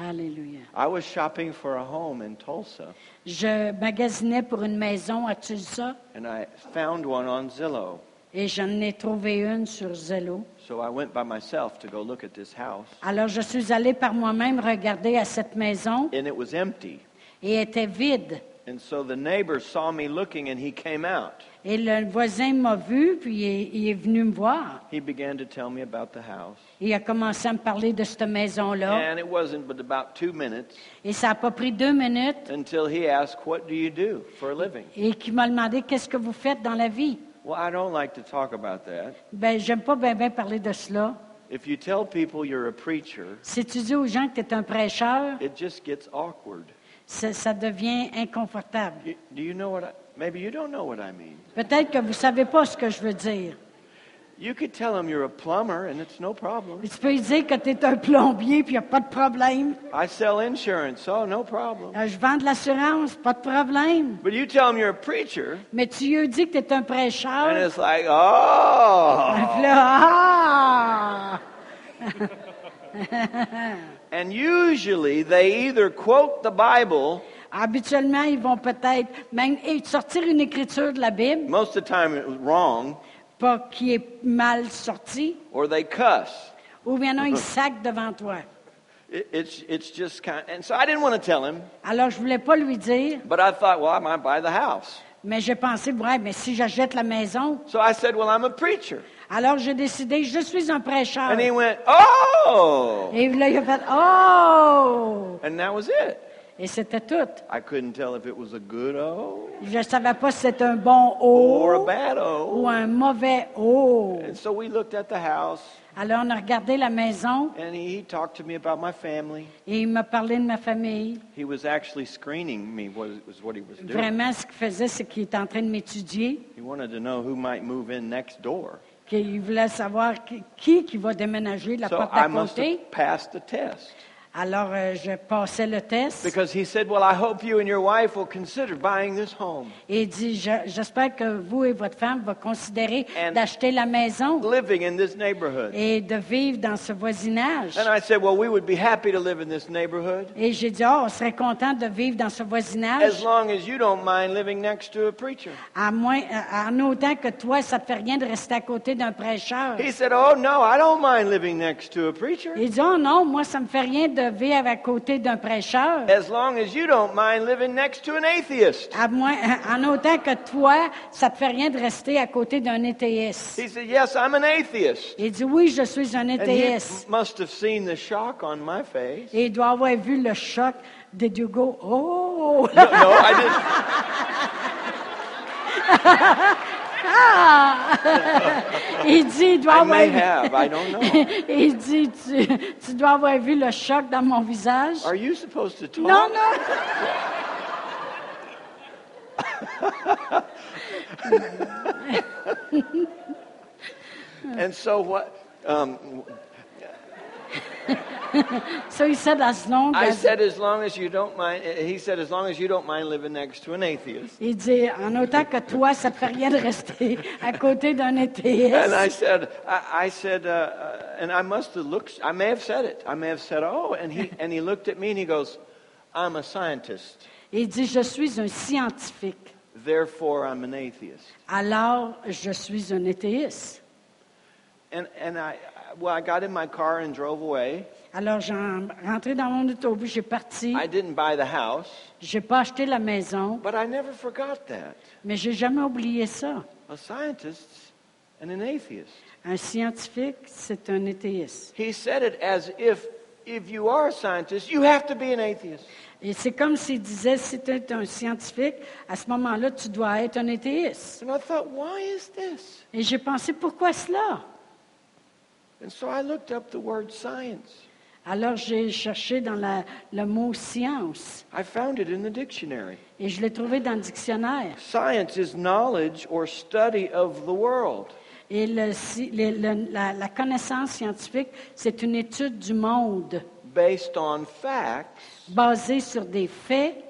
Speaker 2: Alléluia.
Speaker 1: I was shopping for a home in Tulsa,
Speaker 2: Je magasinais pour une maison à Tulsa
Speaker 1: and I found one on Zillow.
Speaker 2: et j'en ai trouvé une sur Zello.
Speaker 1: So I went by myself to go look at this house,
Speaker 2: Alors je suis allée par moi-même regarder à cette maison
Speaker 1: and it was empty.
Speaker 2: et elle était vide.
Speaker 1: And so the neighbor saw me looking, and he came out.
Speaker 2: Et le voisin m'a vu puis il est, il est venu me voir.
Speaker 1: He began to tell me about the house,
Speaker 2: Il a commencé à me parler de cette maison-là
Speaker 1: and it wasn't but about two minutes
Speaker 2: et ça n'a pas pris deux minutes
Speaker 1: until he asked, "What do you do for a living?"
Speaker 2: et qui m'a demandé qu'est-ce que vous faites dans la vie.
Speaker 1: Well, I don't like to talk about that.
Speaker 2: Ben, j'aime pas bien bien parler de cela.
Speaker 1: If you tell people you're a preacher,
Speaker 2: Si tu dis aux gens que tu es un prêcheur,
Speaker 1: it just gets awkward.
Speaker 2: ça, ça devient inconfortable.
Speaker 1: You- Do you know what I, maybe you don't know what I mean.
Speaker 2: Peut-être que vous savez pas ce que je veux dire.
Speaker 1: You could tell them you're a plumber and it's no problem.
Speaker 2: Mais tu peux lui dire que tu es un plombier puis il n'y a pas de problème.
Speaker 1: I sell insurance, oh, no problem.
Speaker 2: Euh, je vends de l'assurance, pas de problème.
Speaker 1: But you tell them you're a preacher
Speaker 2: Mais tu lui dis que tu es un
Speaker 1: and
Speaker 2: prêcheur.
Speaker 1: it's like, oh.
Speaker 2: Puis là, ah!
Speaker 1: And usually they either quote the Bible,
Speaker 2: Habituellement, ils vont peut-être même et sortir une écriture de la Bible,
Speaker 1: most of the time it was wrong,
Speaker 2: pas qui est mal sortie,
Speaker 1: or they cuss.
Speaker 2: ou bien non, ils sacent devant toi.
Speaker 1: It- It's, it's just kind and so I didn't want to tell him,
Speaker 2: Alors, je ne voulais pas lui dire,
Speaker 1: but I thought, well, I might buy the house.
Speaker 2: mais j'ai pensé, ouais, mais si j'achète la maison,
Speaker 1: So I said, well, I'm a preacher.
Speaker 2: alors j'ai décidé, je suis un prêcheur.
Speaker 1: And he went, oh.
Speaker 2: Et là, il a fait, oh!
Speaker 1: And that was it.
Speaker 2: Et c'était tout.
Speaker 1: I couldn't tell if it was a good O
Speaker 2: Je ne savais pas si c'était un bon oh
Speaker 1: or ben- a bad O.
Speaker 2: ou un mauvais oh.
Speaker 1: And so we looked at the house,
Speaker 2: Alors, on a regardé la maison
Speaker 1: and he, he talked to me about my family.
Speaker 2: et il m'a parlé de ma famille.
Speaker 1: He was actually screening me, was, was what he was doing.
Speaker 2: Vraiment, ce qu'il faisait, c'est qu'il était en train de m'étudier,
Speaker 1: He wanted to know who might move in next door.
Speaker 2: qu'il voulait savoir qui, qui qui va déménager la
Speaker 1: So
Speaker 2: porte
Speaker 1: I
Speaker 2: à
Speaker 1: must
Speaker 2: côté.
Speaker 1: have passed the test.
Speaker 2: Alors, euh, je passais le test.
Speaker 1: Because he said, Well, I hope you and your wife will consider buying this home,
Speaker 2: Et il dit, Je- j'espère que vous et votre femme vont considérer
Speaker 1: And-
Speaker 2: d'acheter la maison
Speaker 1: living in this neighborhood.
Speaker 2: et de vivre dans ce voisinage.
Speaker 1: And I said, Well, we would be happy to live in this neighborhood
Speaker 2: Et j'ai dit, oh, on serait content de vivre dans ce
Speaker 1: as
Speaker 2: voisinage,
Speaker 1: long as you don't mind living next to a preacher.
Speaker 2: à moins, à- en autant que toi, ça ne te fait rien de rester à côté d'un prêcheur.
Speaker 1: He said, Oh, no, I don't mind living next to a preacher.
Speaker 2: Il dit, oh non, moi, ça ne me fait rien de vivre à côté d'un prêcheur,
Speaker 1: As long as you don't mind living next to an atheist.
Speaker 2: à moins, euh, en autant que toi, ça ne te fait rien de rester à côté d'un ETS.
Speaker 1: He said, Yes, I'm an atheist.
Speaker 2: Il dit, oui, je suis un
Speaker 1: And he
Speaker 2: ETS.
Speaker 1: must have seen the shock on my face.
Speaker 2: Et il doit avoir vu le choc de Hugo. Oh!
Speaker 1: No, no, I didn't.
Speaker 2: Ah! Il dit, il doit
Speaker 1: I
Speaker 2: avoir
Speaker 1: may
Speaker 2: vu-
Speaker 1: have, I don't know.
Speaker 2: Il dit, tu, tu dois avoir vu le choc dans mon visage.
Speaker 1: Are you supposed to talk?
Speaker 2: Non, non.
Speaker 1: And so what? Um,
Speaker 2: So he said, as long
Speaker 1: I
Speaker 2: as...
Speaker 1: said, as long as you don't mind, he said, as long as you don't mind living next to an atheist.
Speaker 2: Il dit, en autant que toi, ça ne te fait rien de rester à côté d'un
Speaker 1: And I
Speaker 2: ETS.
Speaker 1: said, I, I said, uh, uh, and I must have looked, I may have said it. I may have said, oh, and he, and he looked at me and he goes, I'm a scientist,
Speaker 2: Il dit, je suis un scientifique.
Speaker 1: therefore I'm an atheist.
Speaker 2: Alors, je suis un éthéiste.
Speaker 1: And, and I, well, I got in my car and drove away.
Speaker 2: Alors, j'ai rentré dans mon autobus, j'ai parti.
Speaker 1: I didn't buy the house,
Speaker 2: J'ai pas acheté la maison,
Speaker 1: but I never forgot that.
Speaker 2: mais j'ai jamais oublié ça.
Speaker 1: A scientist and an atheist.
Speaker 2: Un scientifique, c'est un éthéiste.
Speaker 1: He said it as if, if you are a scientist, you have to be an atheist.
Speaker 2: Et c'est comme s'il disait, si tu es un scientifique, à ce moment-là, tu dois être un éthéiste.
Speaker 1: And I thought, why is this?
Speaker 2: Et j'ai pensé, pourquoi cela?
Speaker 1: And so I looked up the word science.
Speaker 2: Alors, j'ai cherché dans la- le mot science
Speaker 1: I found it in the dictionary.
Speaker 2: et je l'ai trouvé dans le dictionnaire.
Speaker 1: Science is knowledge or study of the world.
Speaker 2: Et le si- le- le- la, la connaissance scientifique, c'est une étude du monde
Speaker 1: based on facts
Speaker 2: basée sur des faits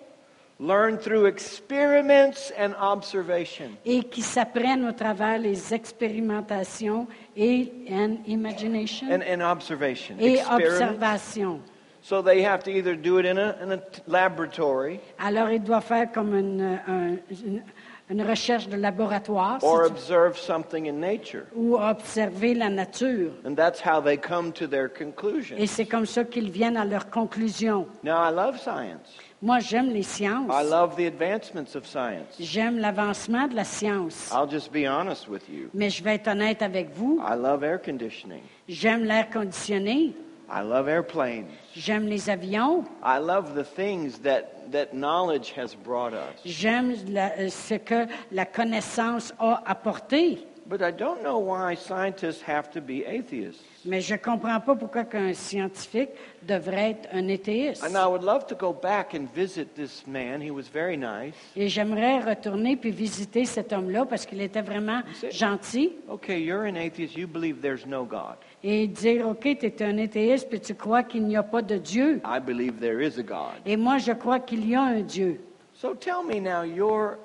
Speaker 1: learned through experiments and observation.
Speaker 2: et qui s'apprennent au travers les expérimentations et and imagination
Speaker 1: And, and observation.
Speaker 2: et
Speaker 1: Experiment.
Speaker 2: observation.
Speaker 1: So they have to either do it in a, in a t- laboratory
Speaker 2: Alors, il doit faire comme une, un- une, une recherche de laboratoire si
Speaker 1: or
Speaker 2: tu-
Speaker 1: observe something in nature.
Speaker 2: ou observer la nature.
Speaker 1: And that's how they come to their conclusion.
Speaker 2: Et c'est comme ça qu'ils viennent à leur conclusion.
Speaker 1: Now, I love science.
Speaker 2: Moi, j'aime les
Speaker 1: I
Speaker 2: sciences.
Speaker 1: love the advancements of science.
Speaker 2: J'aime l'avancement de la science.
Speaker 1: I'll just be honest with you.
Speaker 2: Mais je vais être honnête avec vous.
Speaker 1: I love air conditioning.
Speaker 2: J'aime l'air conditionné.
Speaker 1: I love airplanes.
Speaker 2: J'aime les avions.
Speaker 1: I love the things that, that knowledge has brought us.
Speaker 2: J'aime la- euh, ce que la connaissance a apporté.
Speaker 1: But I don't know why scientists have to be atheists.
Speaker 2: Mais je ne comprends pas pourquoi un scientifique devrait être un éthéiste.
Speaker 1: And I would love to go back and visit this man. He was very nice.
Speaker 2: Et j'aimerais retourner puis visiter cet homme-là parce qu'il était vraiment
Speaker 1: C'est-
Speaker 2: gentil
Speaker 1: Okay, you're an atheist. You believe there's no God.
Speaker 2: et dire, OK, tu es un éthéiste puis tu crois qu'il n'y a pas de Dieu.
Speaker 1: I believe there is a God.
Speaker 2: Et moi, je crois qu'il y a un Dieu.
Speaker 1: So tell me now your,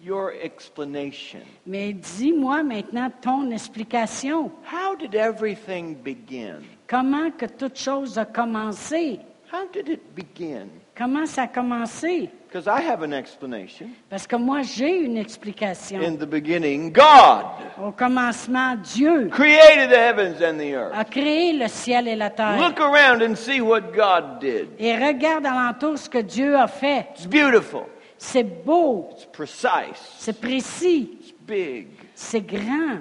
Speaker 1: your explanation.
Speaker 2: Mais dis-moi maintenant ton explication.
Speaker 1: How did everything begin?
Speaker 2: Comment que toute chose a commencé?
Speaker 1: How did it begin?
Speaker 2: Comment ça a commencé?
Speaker 1: Because I have an explanation.
Speaker 2: Parce que moi, j'ai une explication.
Speaker 1: In the beginning, God
Speaker 2: Au commencement, Dieu
Speaker 1: created the heavens and the earth.
Speaker 2: a créé le ciel et la terre.
Speaker 1: Look around and see what God did.
Speaker 2: Et regarde alentour ce que Dieu a fait.
Speaker 1: It's beautiful,
Speaker 2: C'est beau,
Speaker 1: it's precise,
Speaker 2: c'est précis,
Speaker 1: it's big.
Speaker 2: c'est grand.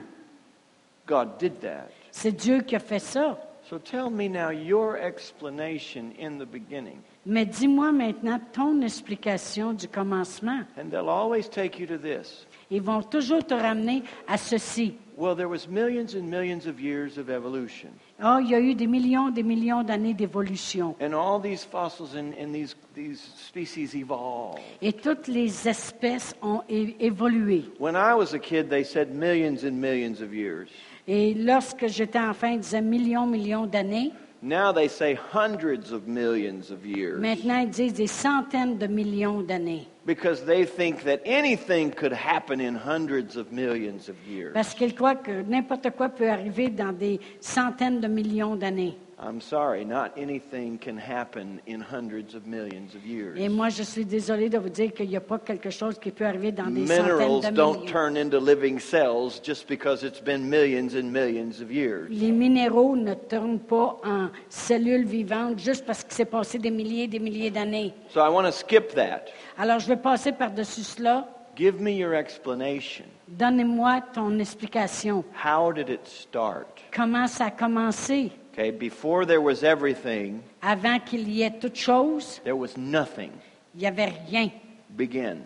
Speaker 1: God did that.
Speaker 2: C'est Dieu qui a fait ça.
Speaker 1: So tell me now your explanation in the beginning.
Speaker 2: Mais dis-moi maintenant ton explication du commencement.
Speaker 1: And they'll always take you to this.
Speaker 2: Ils vont toujours te ramener à ceci.
Speaker 1: Well, there was millions and millions of years of evolution.
Speaker 2: Ah, il y a eu des millions, des millions d'années d'évolution.
Speaker 1: And all these fossils and, and these, these species evolve.
Speaker 2: Et toutes les espèces ont é- évolué.
Speaker 1: When I was a kid, they said millions and millions of years.
Speaker 2: Et lorsque j'étais enfant, ils disaient millions, millions d'années.
Speaker 1: Now they say hundreds of millions of years.
Speaker 2: Maintenant, ils disent des centaines de millions d'années.
Speaker 1: Because they think that anything could happen in hundreds of millions of years.
Speaker 2: Parce qu'ils croient que n'importe quoi peut arriver dans des centaines de millions d'années.
Speaker 1: I'm sorry, not anything can happen in hundreds of millions of years.
Speaker 2: Et moi, je suis désolée de vous dire qu'il n'y a pas quelque chose qui peut arriver dans des
Speaker 1: Minerals
Speaker 2: centaines de
Speaker 1: don't
Speaker 2: millions.
Speaker 1: turn into living cells just because it's been millions and millions of years.
Speaker 2: Les minéraux ne tournent pas en cellules vivantes juste parce qu'il s'est passé des milliers et des milliers d'années.
Speaker 1: So I want to skip that.
Speaker 2: Alors, je vais passer par-dessus cela.
Speaker 1: Give me your explanation.
Speaker 2: Donnez-moi ton explication.
Speaker 1: How did it start?
Speaker 2: Comment ça a commencé?
Speaker 1: Okay, before there was everything,
Speaker 2: Avant qu'il y ait toute chose,
Speaker 1: there was nothing.
Speaker 2: il n'y avait rien.
Speaker 1: Begin.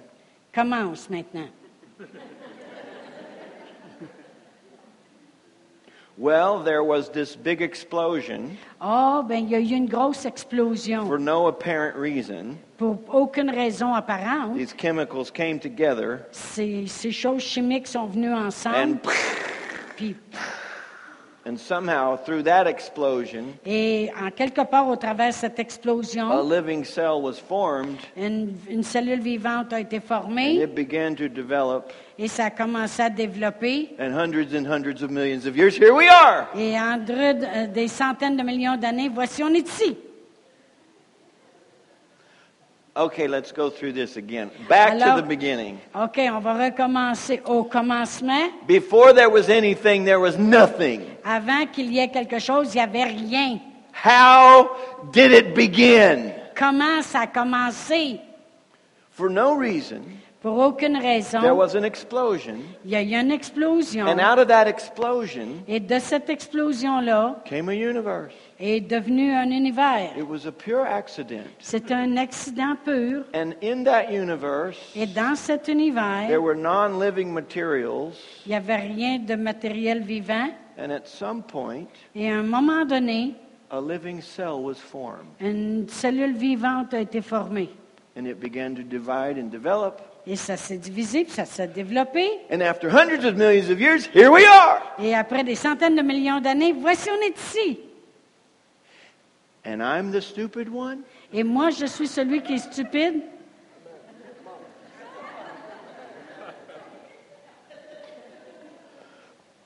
Speaker 2: Commence maintenant.
Speaker 1: Well, there was this big explosion
Speaker 2: Ah, ben il y a eu une grosse explosion.
Speaker 1: for no apparent reason.
Speaker 2: Pour aucune raison apparente,
Speaker 1: These chemicals came together
Speaker 2: ces, ces choses chimiques sont venues ensemble.
Speaker 1: and
Speaker 2: Puis,
Speaker 1: and somehow through that explosion,
Speaker 2: et en quelque part, au travers de cette
Speaker 1: a
Speaker 2: explosion,
Speaker 1: living cell was formed
Speaker 2: une, une cellule vivante a été
Speaker 1: and
Speaker 2: formée
Speaker 1: it began to develop
Speaker 2: et ça a commencé à développer.
Speaker 1: and hundreds and hundreds of millions of years here we are.
Speaker 2: Et en dru- euh, des centaines de millions d'années, voici, on est ici.
Speaker 1: Okay, let's go through this again. Back
Speaker 2: Alors-
Speaker 1: to the beginning.
Speaker 2: OK, on va recommencer au commencement.
Speaker 1: Before there was anything, there was nothing.
Speaker 2: Avant qu'il y ait quelque chose, il n'y avait rien.
Speaker 1: How did it begin?
Speaker 2: Comment ça a commencé?
Speaker 1: For no reason,
Speaker 2: Pour aucune raison.
Speaker 1: there was an explosion,
Speaker 2: Il y a eu une explosion.
Speaker 1: and out of that explosion
Speaker 2: Et de cette explosion-là
Speaker 1: came a universe.
Speaker 2: est devenu un univers.
Speaker 1: It was a pure accident.
Speaker 2: C'est un accident pur.
Speaker 1: And in that universe,
Speaker 2: Et dans cet
Speaker 1: there
Speaker 2: univers,
Speaker 1: were non living materials,
Speaker 2: il n'y avait rien de matériel vivant.
Speaker 1: and at some point,
Speaker 2: Et à un moment donné,
Speaker 1: a living cell was formed,
Speaker 2: une cellule vivante a été formée.
Speaker 1: and it began to divide and develop.
Speaker 2: Et ça s'est divisé, puis ça s'est développé.
Speaker 1: And after hundreds of millions of years, here we are!
Speaker 2: Et après des centaines de millions d'années, voici, on est ici.
Speaker 1: And I'm the stupid one?
Speaker 2: Et moi, je suis celui qui est stupide.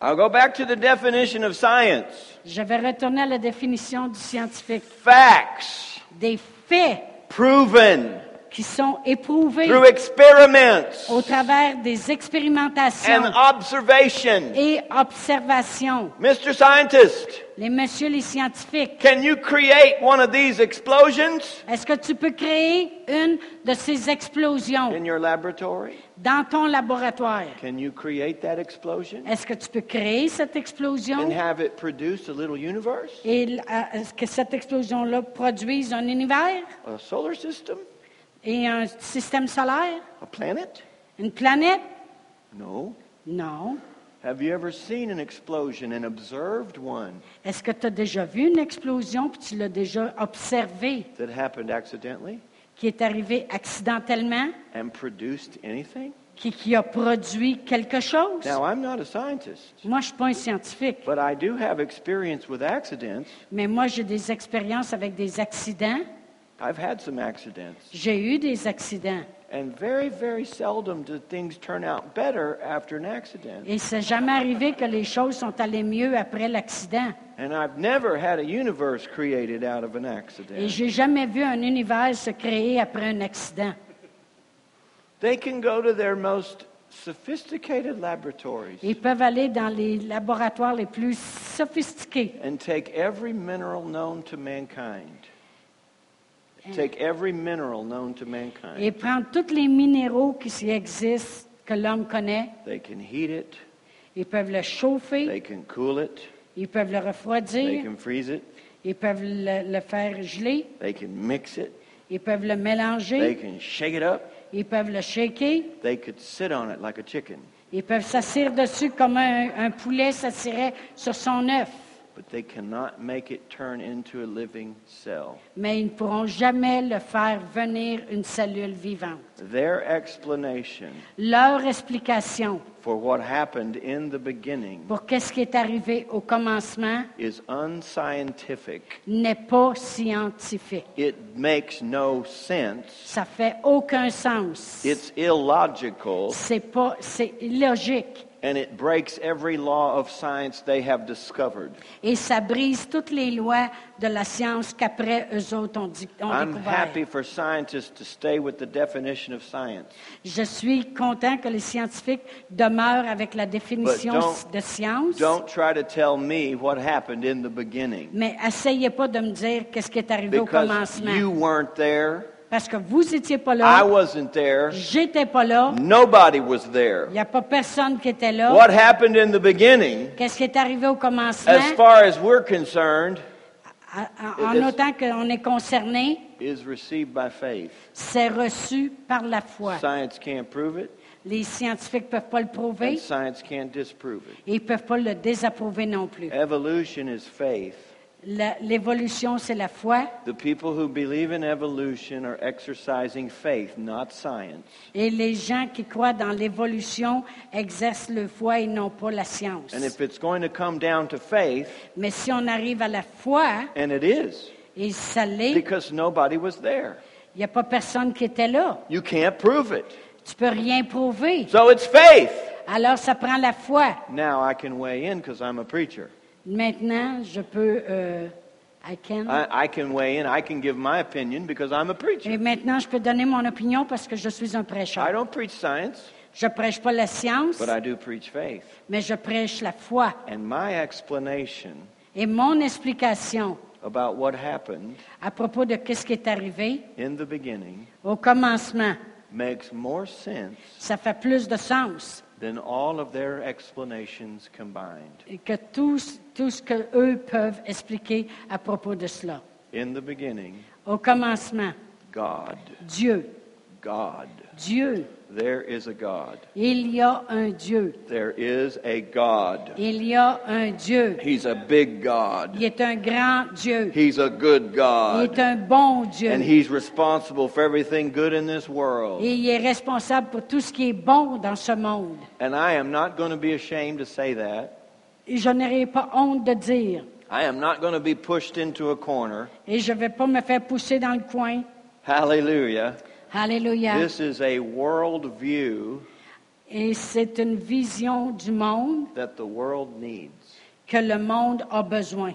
Speaker 1: I'll go back to the definition of science
Speaker 2: Je vais retourner à la définition du scientifique.
Speaker 1: facts
Speaker 2: Des faits
Speaker 1: proven
Speaker 2: qui sont éprouvés
Speaker 1: through experiments
Speaker 2: au travers des
Speaker 1: and
Speaker 2: expérimentations
Speaker 1: observation.
Speaker 2: et observations.
Speaker 1: Mr. Scientist,
Speaker 2: Les messieurs les scientifiques,
Speaker 1: can you create one of these explosions
Speaker 2: est-ce que tu peux créer une de ces explosions
Speaker 1: in your laboratory?
Speaker 2: dans ton laboratoire?
Speaker 1: Can you create that explosion
Speaker 2: Est-ce que tu peux créer cette
Speaker 1: and
Speaker 2: explosion
Speaker 1: have it produce a little universe,
Speaker 2: et l- à- est-ce que cette explosion-là produise un univers
Speaker 1: a solar system,
Speaker 2: et un système solaire,
Speaker 1: a planet?
Speaker 2: une planète?
Speaker 1: No.
Speaker 2: Non.
Speaker 1: Have you ever seen an explosion and observed one
Speaker 2: Est-ce que tu as déjà vu une explosion puis tu l'as déjà observée
Speaker 1: that happened accidentally
Speaker 2: qui est arrivée accidentellement,
Speaker 1: and produced anything?
Speaker 2: qui, qui a produit quelque chose?
Speaker 1: Now, I'm not a scientist,
Speaker 2: Moi, je ne suis pas un scientifique,
Speaker 1: but I do have experience with accidents.
Speaker 2: mais moi, j'ai des expériences avec des accidents.
Speaker 1: I've had some accidents.
Speaker 2: J'ai eu des accidents.
Speaker 1: And very, very seldom do things turn out better after an accident.
Speaker 2: Et c'est jamais arrivé que les choses sont allées mieux après l'accident.
Speaker 1: And I've never had a universe created out of an
Speaker 2: Et
Speaker 1: accident.
Speaker 2: j'ai jamais vu un univers se créer après un accident.
Speaker 1: They can go to their most sophisticated laboratories
Speaker 2: Ils peuvent aller dans les laboratoires les plus sophistiqués
Speaker 1: and take every mineral known to mankind. Take every mineral known to
Speaker 2: et
Speaker 1: mankind.
Speaker 2: prendre tous les minéraux qui s'y existent, que l'homme connaît.
Speaker 1: They can heat it,
Speaker 2: Ils peuvent le chauffer,
Speaker 1: they can cool it,
Speaker 2: ils peuvent le
Speaker 1: they
Speaker 2: refroidir,
Speaker 1: can freeze it,
Speaker 2: ils peuvent le, le faire geler,
Speaker 1: they can mix it,
Speaker 2: ils peuvent
Speaker 1: they
Speaker 2: le mélanger,
Speaker 1: can shake it up,
Speaker 2: ils peuvent le shaker,
Speaker 1: they could sit on it like a chicken,
Speaker 2: ils peuvent s'assire dessus comme un, un poulet s'assirait sur son œuf.
Speaker 1: but they cannot make it turn into a living cell.
Speaker 2: Mais ils ne pourront jamais le faire venir une cellule vivante.
Speaker 1: Their explanation
Speaker 2: Leur explication
Speaker 1: for what happened in the beginning
Speaker 2: pour qu'est-ce qui est arrivé au commencement
Speaker 1: is unscientific.
Speaker 2: n'est pas scientifique.
Speaker 1: It makes no sense.
Speaker 2: Ça fait aucun sens.
Speaker 1: It's illogical
Speaker 2: C'est pas, c'est illogique.
Speaker 1: and it breaks every law of science they have discovered.
Speaker 2: Et ça brise toutes les lois de la science qu'après eux autres ont, dit, ont
Speaker 1: I'm
Speaker 2: découvert.
Speaker 1: happy for scientists to stay with the definition of science,
Speaker 2: Je suis content que les scientifiques demeurent avec la définition
Speaker 1: don't-
Speaker 2: de science,
Speaker 1: don't try to tell me what happened in the beginning
Speaker 2: mais essayez pas de me dire qu'est-ce qui est arrivé au
Speaker 1: because
Speaker 2: commencement.
Speaker 1: you weren't there,
Speaker 2: Parce que vous n'étiez pas
Speaker 1: I
Speaker 2: là,
Speaker 1: wasn't there,
Speaker 2: j'étais pas là,
Speaker 1: nobody was
Speaker 2: il
Speaker 1: there.
Speaker 2: n'y a pas personne qui était là.
Speaker 1: What happened in the beginning
Speaker 2: Qu'est-ce qui est arrivé au commencement,
Speaker 1: as far as we're concerned,
Speaker 2: à- à- en
Speaker 1: It's-
Speaker 2: autant qu'on est concerné,
Speaker 1: is received by faith.
Speaker 2: c'est reçu par la foi.
Speaker 1: Science can't prove it.
Speaker 2: Les scientifiques ne peuvent pas le prouver
Speaker 1: and science can't disprove it.
Speaker 2: et ils ne peuvent pas le désapprouver non plus.
Speaker 1: Evolution is faith.
Speaker 2: La- L'évolution, c'est la foi.
Speaker 1: The people who believe in evolution are exercising faith, not science.
Speaker 2: Et les gens qui croient dans l'évolution exercent le foi et non pas la science.
Speaker 1: And if it's going to come down to faith,
Speaker 2: Mais si on arrive à la foi,
Speaker 1: and it is,
Speaker 2: et ça l'est,
Speaker 1: because nobody was there,
Speaker 2: il n'y a pas personne qui était là.
Speaker 1: you can't prove it.
Speaker 2: Tu peux rien prouver.
Speaker 1: So it's faith.
Speaker 2: Alors, ça prend la foi.
Speaker 1: Now I can weigh in because I'm a preacher.
Speaker 2: Maintenant, je peux... euh, I can-
Speaker 1: I, I can weigh in. I can give my opinion because I'm a
Speaker 2: Et
Speaker 1: preacher.
Speaker 2: maintenant, je peux donner mon opinion parce que je suis un
Speaker 1: I
Speaker 2: prêcheur.
Speaker 1: don't preach science,
Speaker 2: Je prêche pas la science,
Speaker 1: but I do preach faith.
Speaker 2: mais je prêche la foi.
Speaker 1: And my explanation
Speaker 2: Et mon explication
Speaker 1: about what happened
Speaker 2: à propos de ce qui est arrivé
Speaker 1: in the beginning
Speaker 2: au commencement,
Speaker 1: makes more sense
Speaker 2: ça fait plus de sens
Speaker 1: than all of their explanations combined.
Speaker 2: que tout, ce- tout ce qu'eux peuvent expliquer à propos de cela.
Speaker 1: In the beginning,
Speaker 2: Au commencement,
Speaker 1: God,
Speaker 2: Dieu,
Speaker 1: God.
Speaker 2: Dieu,
Speaker 1: There is a God.
Speaker 2: il y a un Dieu,
Speaker 1: There is a God.
Speaker 2: il y a un Dieu,
Speaker 1: He's a big God.
Speaker 2: il est un grand Dieu,
Speaker 1: He's a good
Speaker 2: il
Speaker 1: God.
Speaker 2: est un bon
Speaker 1: And
Speaker 2: Dieu,
Speaker 1: he's responsible for everything good in this world.
Speaker 2: et il est responsable pour tout ce qui est bon dans ce monde.
Speaker 1: And I am not going to be ashamed to say that.
Speaker 2: Et je n'aurai pas honte de dire,
Speaker 1: I am not going to be pushed into a corner.
Speaker 2: et je ne vais pas me faire pousser dans le coin.
Speaker 1: Hallelujah.
Speaker 2: Alléluia.
Speaker 1: This is a world view
Speaker 2: Et c'est une vision du monde
Speaker 1: that the world needs.
Speaker 2: que le monde a besoin.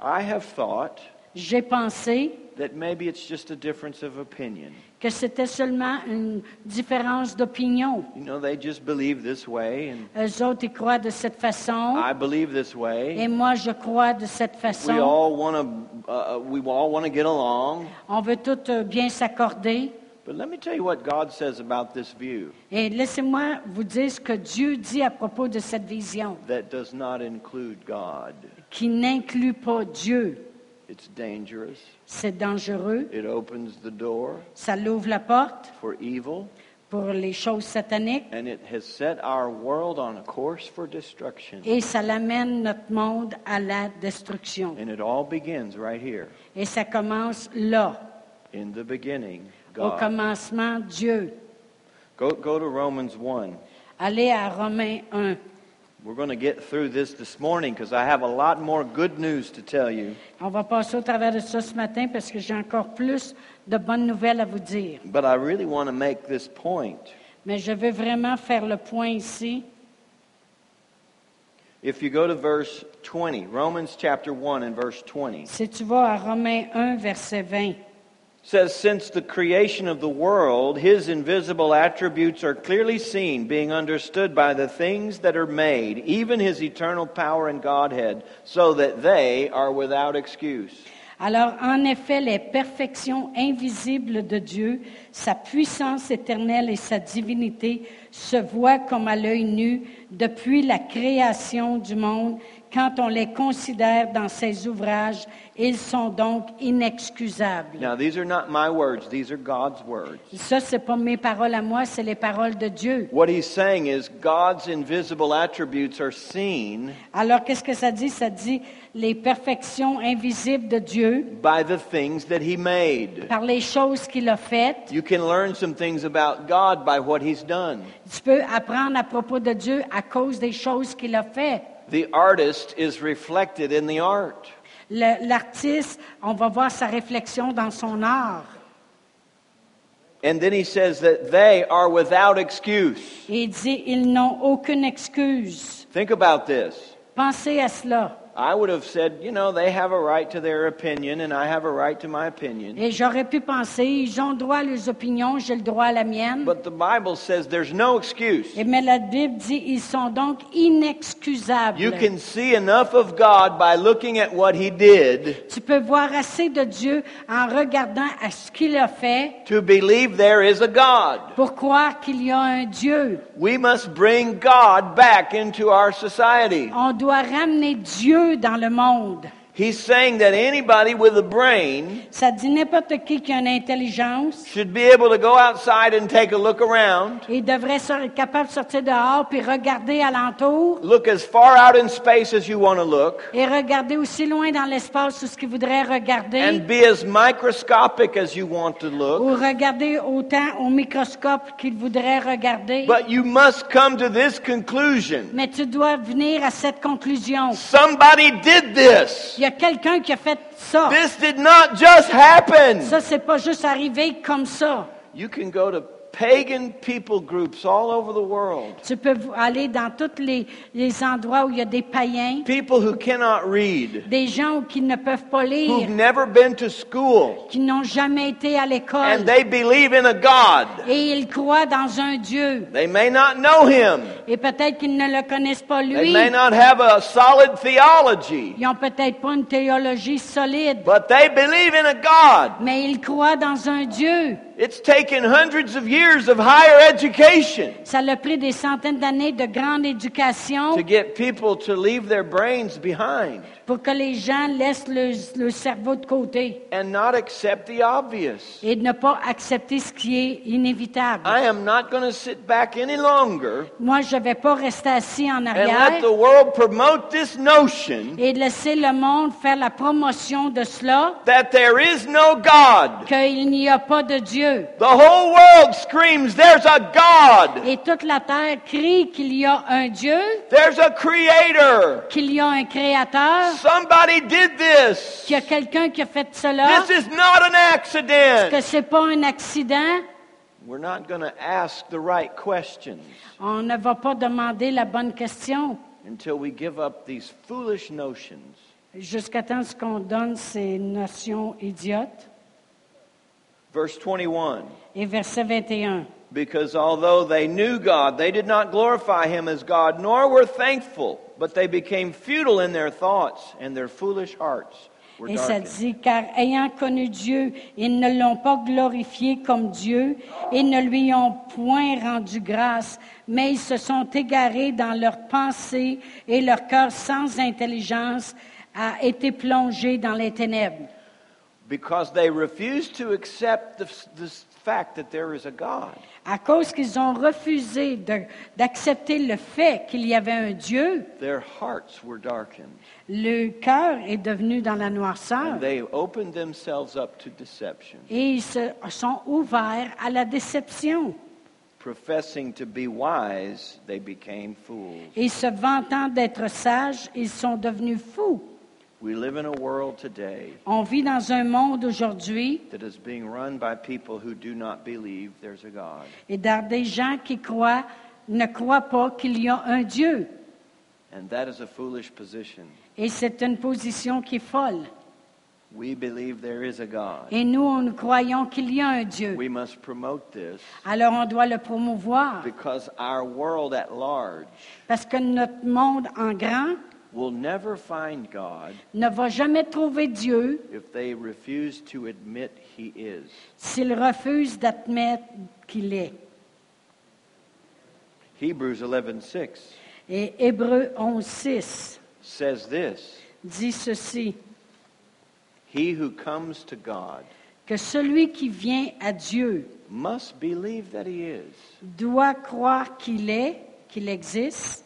Speaker 1: I have thought
Speaker 2: J'ai pensé
Speaker 1: that maybe it's just a difference of opinion.
Speaker 2: que c'était seulement une différence d'opinion.
Speaker 1: You know, they just believe this way, and
Speaker 2: Eux autres, ils croient de cette façon,
Speaker 1: I believe this way.
Speaker 2: et moi, je crois de cette
Speaker 1: We
Speaker 2: façon.
Speaker 1: all want to, uh, we all want to get along.
Speaker 2: On veut tous euh, bien s'accorder.
Speaker 1: But let me tell you what God says about this view
Speaker 2: Et laissez-moi vous dire ce que Dieu dit à propos de cette vision,
Speaker 1: that does not include God.
Speaker 2: qui n'inclut pas Dieu.
Speaker 1: It's dangerous.
Speaker 2: C'est dangereux,
Speaker 1: It opens the door
Speaker 2: ça l'ouvre la porte
Speaker 1: for evil,
Speaker 2: pour les choses sataniques,
Speaker 1: and it has set our world on a course for destruction.
Speaker 2: et ça l'amène notre monde à la destruction.
Speaker 1: And it all begins right here.
Speaker 2: Et ça commence là,
Speaker 1: In the beginning,
Speaker 2: au
Speaker 1: God.
Speaker 2: commencement, Dieu.
Speaker 1: Go, go to Romans 1.
Speaker 2: Allez à Romains 1.
Speaker 1: We're going to get through this this morning because I have a lot more good news to tell you.
Speaker 2: On va passer au travers de ça ce matin parce que j'ai encore plus de bonnes nouvelles à vous dire.
Speaker 1: But I really want to make this point.
Speaker 2: Mais je veux vraiment faire le point ici.
Speaker 1: If you go to verse 20, Romans chapter 1 and verse 20.
Speaker 2: Si tu vas à Romains 1, verset 20,
Speaker 1: says since the creation of the world his invisible attributes are clearly seen being understood by the things that are made even his eternal power and godhead so that they are without excuse
Speaker 2: Alors, en effet, les perfections invisibles de Dieu, sa puissance éternelle et sa divinité se voient comme à l'œil nu depuis la création du monde. Quand on les considère dans ses ouvrages, ils sont donc inexcusables.
Speaker 1: now these are not my words these are god's words
Speaker 2: Ça, c'est pas mes paroles à moi, c'est les paroles de Dieu.
Speaker 1: what he's saying is god's invisible attributes are seen
Speaker 2: Alors, qu'est-ce que ça dit? Ça dit les perfections invisibles de Dieu
Speaker 1: by the things that he made
Speaker 2: par les choses qu'il a faites
Speaker 1: you can learn some things about god by what he's done
Speaker 2: Tu peux apprendre à propos de Dieu à cause des choses qu'il a fait.
Speaker 1: the artist is reflected in the art
Speaker 2: Le- L'artiste, on va voir sa réflexion dans son art.
Speaker 1: And then he says that they are without excuse.
Speaker 2: Et il dit, ils n'ont aucune excuse.
Speaker 1: Think about this.
Speaker 2: Pensez à cela.
Speaker 1: I would have said, you know, they have a right to their opinion, and I have a right to my opinion.
Speaker 2: Et j'aurais pu penser, ils ont droit à leurs opinions, j'ai le droit à la mienne.
Speaker 1: But the Bible says there's no excuse.
Speaker 2: Et mais la Bible dit, ils sont donc inexcusables.
Speaker 1: You can see enough of God by looking at what he did
Speaker 2: Tu peux voir assez de Dieu en regardant à ce qu'il a fait
Speaker 1: to believe there is a God.
Speaker 2: pour croire qu'il y a un Dieu.
Speaker 1: We must bring God back into our society.
Speaker 2: On doit ramener Dieu dans le monde.
Speaker 1: He's saying that anybody with a brain
Speaker 2: Ça dit n'importe qui qui a une intelligence
Speaker 1: should be able to go outside and take a look around,
Speaker 2: et devrait ser- être capable de sortir dehors puis regarder alentour
Speaker 1: look as far out in space as you want to look,
Speaker 2: et regarder aussi loin dans l'espace où ce qu'il voudrait regarder
Speaker 1: and be as microscopic as you want to
Speaker 2: ou
Speaker 1: look.
Speaker 2: regarder autant au microscope qu'il voudrait regarder.
Speaker 1: But you must come to this conclusion
Speaker 2: Mais tu dois venir à cette conclusion.
Speaker 1: somebody did this.
Speaker 2: Il y a quelqu'un qui a fait ça.
Speaker 1: This did not just happen.
Speaker 2: Ça, c'est pas juste arrivé comme ça.
Speaker 1: You can go to pagan people groups all over the world.
Speaker 2: Tu peux vous- aller dans tous les, les endroits où il y a des païens,
Speaker 1: People who cannot read,
Speaker 2: des gens qui ne peuvent pas
Speaker 1: who've
Speaker 2: lire,
Speaker 1: never been to school,
Speaker 2: qui n'ont jamais été à
Speaker 1: and
Speaker 2: l'école,
Speaker 1: they believe in a God.
Speaker 2: et ils croient dans un Dieu.
Speaker 1: They may not know him.
Speaker 2: Et peut-être qu'ils ne le connaissent pas
Speaker 1: They
Speaker 2: lui.
Speaker 1: may not have a solid theology,
Speaker 2: Ils n'ont peut-être pas une théologie solide,
Speaker 1: but they believe in a God.
Speaker 2: mais ils croient dans un Dieu.
Speaker 1: It's taken hundreds of years of higher education
Speaker 2: Ça l'a pris des centaines d'années de grande éducation
Speaker 1: to get people to leave their brains behind
Speaker 2: pour que les gens laissent le, le cerveau de côté
Speaker 1: and not accept the obvious.
Speaker 2: et de ne pas accepter ce qui est inévitable.
Speaker 1: I am not going to sit back any longer
Speaker 2: Moi, je ne vais pas rester assis en
Speaker 1: and let
Speaker 2: arrière
Speaker 1: the world promote this notion
Speaker 2: et laisser le monde faire la promotion de cela,
Speaker 1: that there is no God.
Speaker 2: qu'il n'y a pas de Dieu.
Speaker 1: The whole world screams, There's a God!
Speaker 2: Et toute la terre crie qu'il y a un Dieu,
Speaker 1: There's a Creator!
Speaker 2: qu'il y a un Créateur,
Speaker 1: Somebody did this!
Speaker 2: qu'il y a quelqu'un qui a fait cela,
Speaker 1: This is not an
Speaker 2: que
Speaker 1: accident!
Speaker 2: ce n'est pas un accident.
Speaker 1: We're not going to ask the right questions
Speaker 2: On ne va pas demander la bonne question
Speaker 1: until we give up these foolish notions.
Speaker 2: jusqu'à temps ce qu'on donne ces notions idiotes.
Speaker 1: Verse 21
Speaker 2: Et verset 21.
Speaker 1: Because although they knew God, they did not glorify Him as God, nor were thankful, but they became futile in their thoughts, and their foolish hearts were
Speaker 2: Et ça
Speaker 1: darkened.
Speaker 2: dit, car ayant connu Dieu, ils ne l'ont pas glorifié comme Dieu et ne lui ont point rendu grâce, mais ils se sont égarés dans leurs pensées et leur cœur sans intelligence a été plongé dans les ténèbres.
Speaker 1: Because they refuse to accept the, the fact that there is a God.
Speaker 2: À cause qu'ils ont refusé de- d'accepter le fait qu'il y avait un Dieu,
Speaker 1: Their hearts were darkened.
Speaker 2: le cœur est devenu dans la noirceur
Speaker 1: And they opened themselves up to deception,
Speaker 2: et ils se sont ouverts à la déception.
Speaker 1: professing to be wise, they became fools.
Speaker 2: Et se vantant d'être sages, ils sont devenus fous.
Speaker 1: We live in a world today
Speaker 2: On vit dans un monde aujourd'hui
Speaker 1: that is being run by people who do not believe there's a God.
Speaker 2: et dans des gens qui croient, ne croient pas qu'il y a un Dieu.
Speaker 1: And that is a foolish position.
Speaker 2: Et c'est une position qui est folle.
Speaker 1: We believe there is a God.
Speaker 2: Et nous, on- nous croyons qu'il y a un Dieu.
Speaker 1: We must promote this
Speaker 2: Alors on doit le promouvoir
Speaker 1: because our world at large
Speaker 2: parce que notre monde en grand
Speaker 1: will never find God
Speaker 2: ne va jamais trouver Dieu
Speaker 1: if they refuse to admit He is.
Speaker 2: s'il refuse d'admettre qu'il est.
Speaker 1: Hebrews 11:6
Speaker 2: Et Hébreu 11.6
Speaker 1: says this:
Speaker 2: dit ceci.
Speaker 1: He who comes to God
Speaker 2: que celui qui vient à Dieu
Speaker 1: must believe that He is,
Speaker 2: doit croire qu'il est, qu'il existe,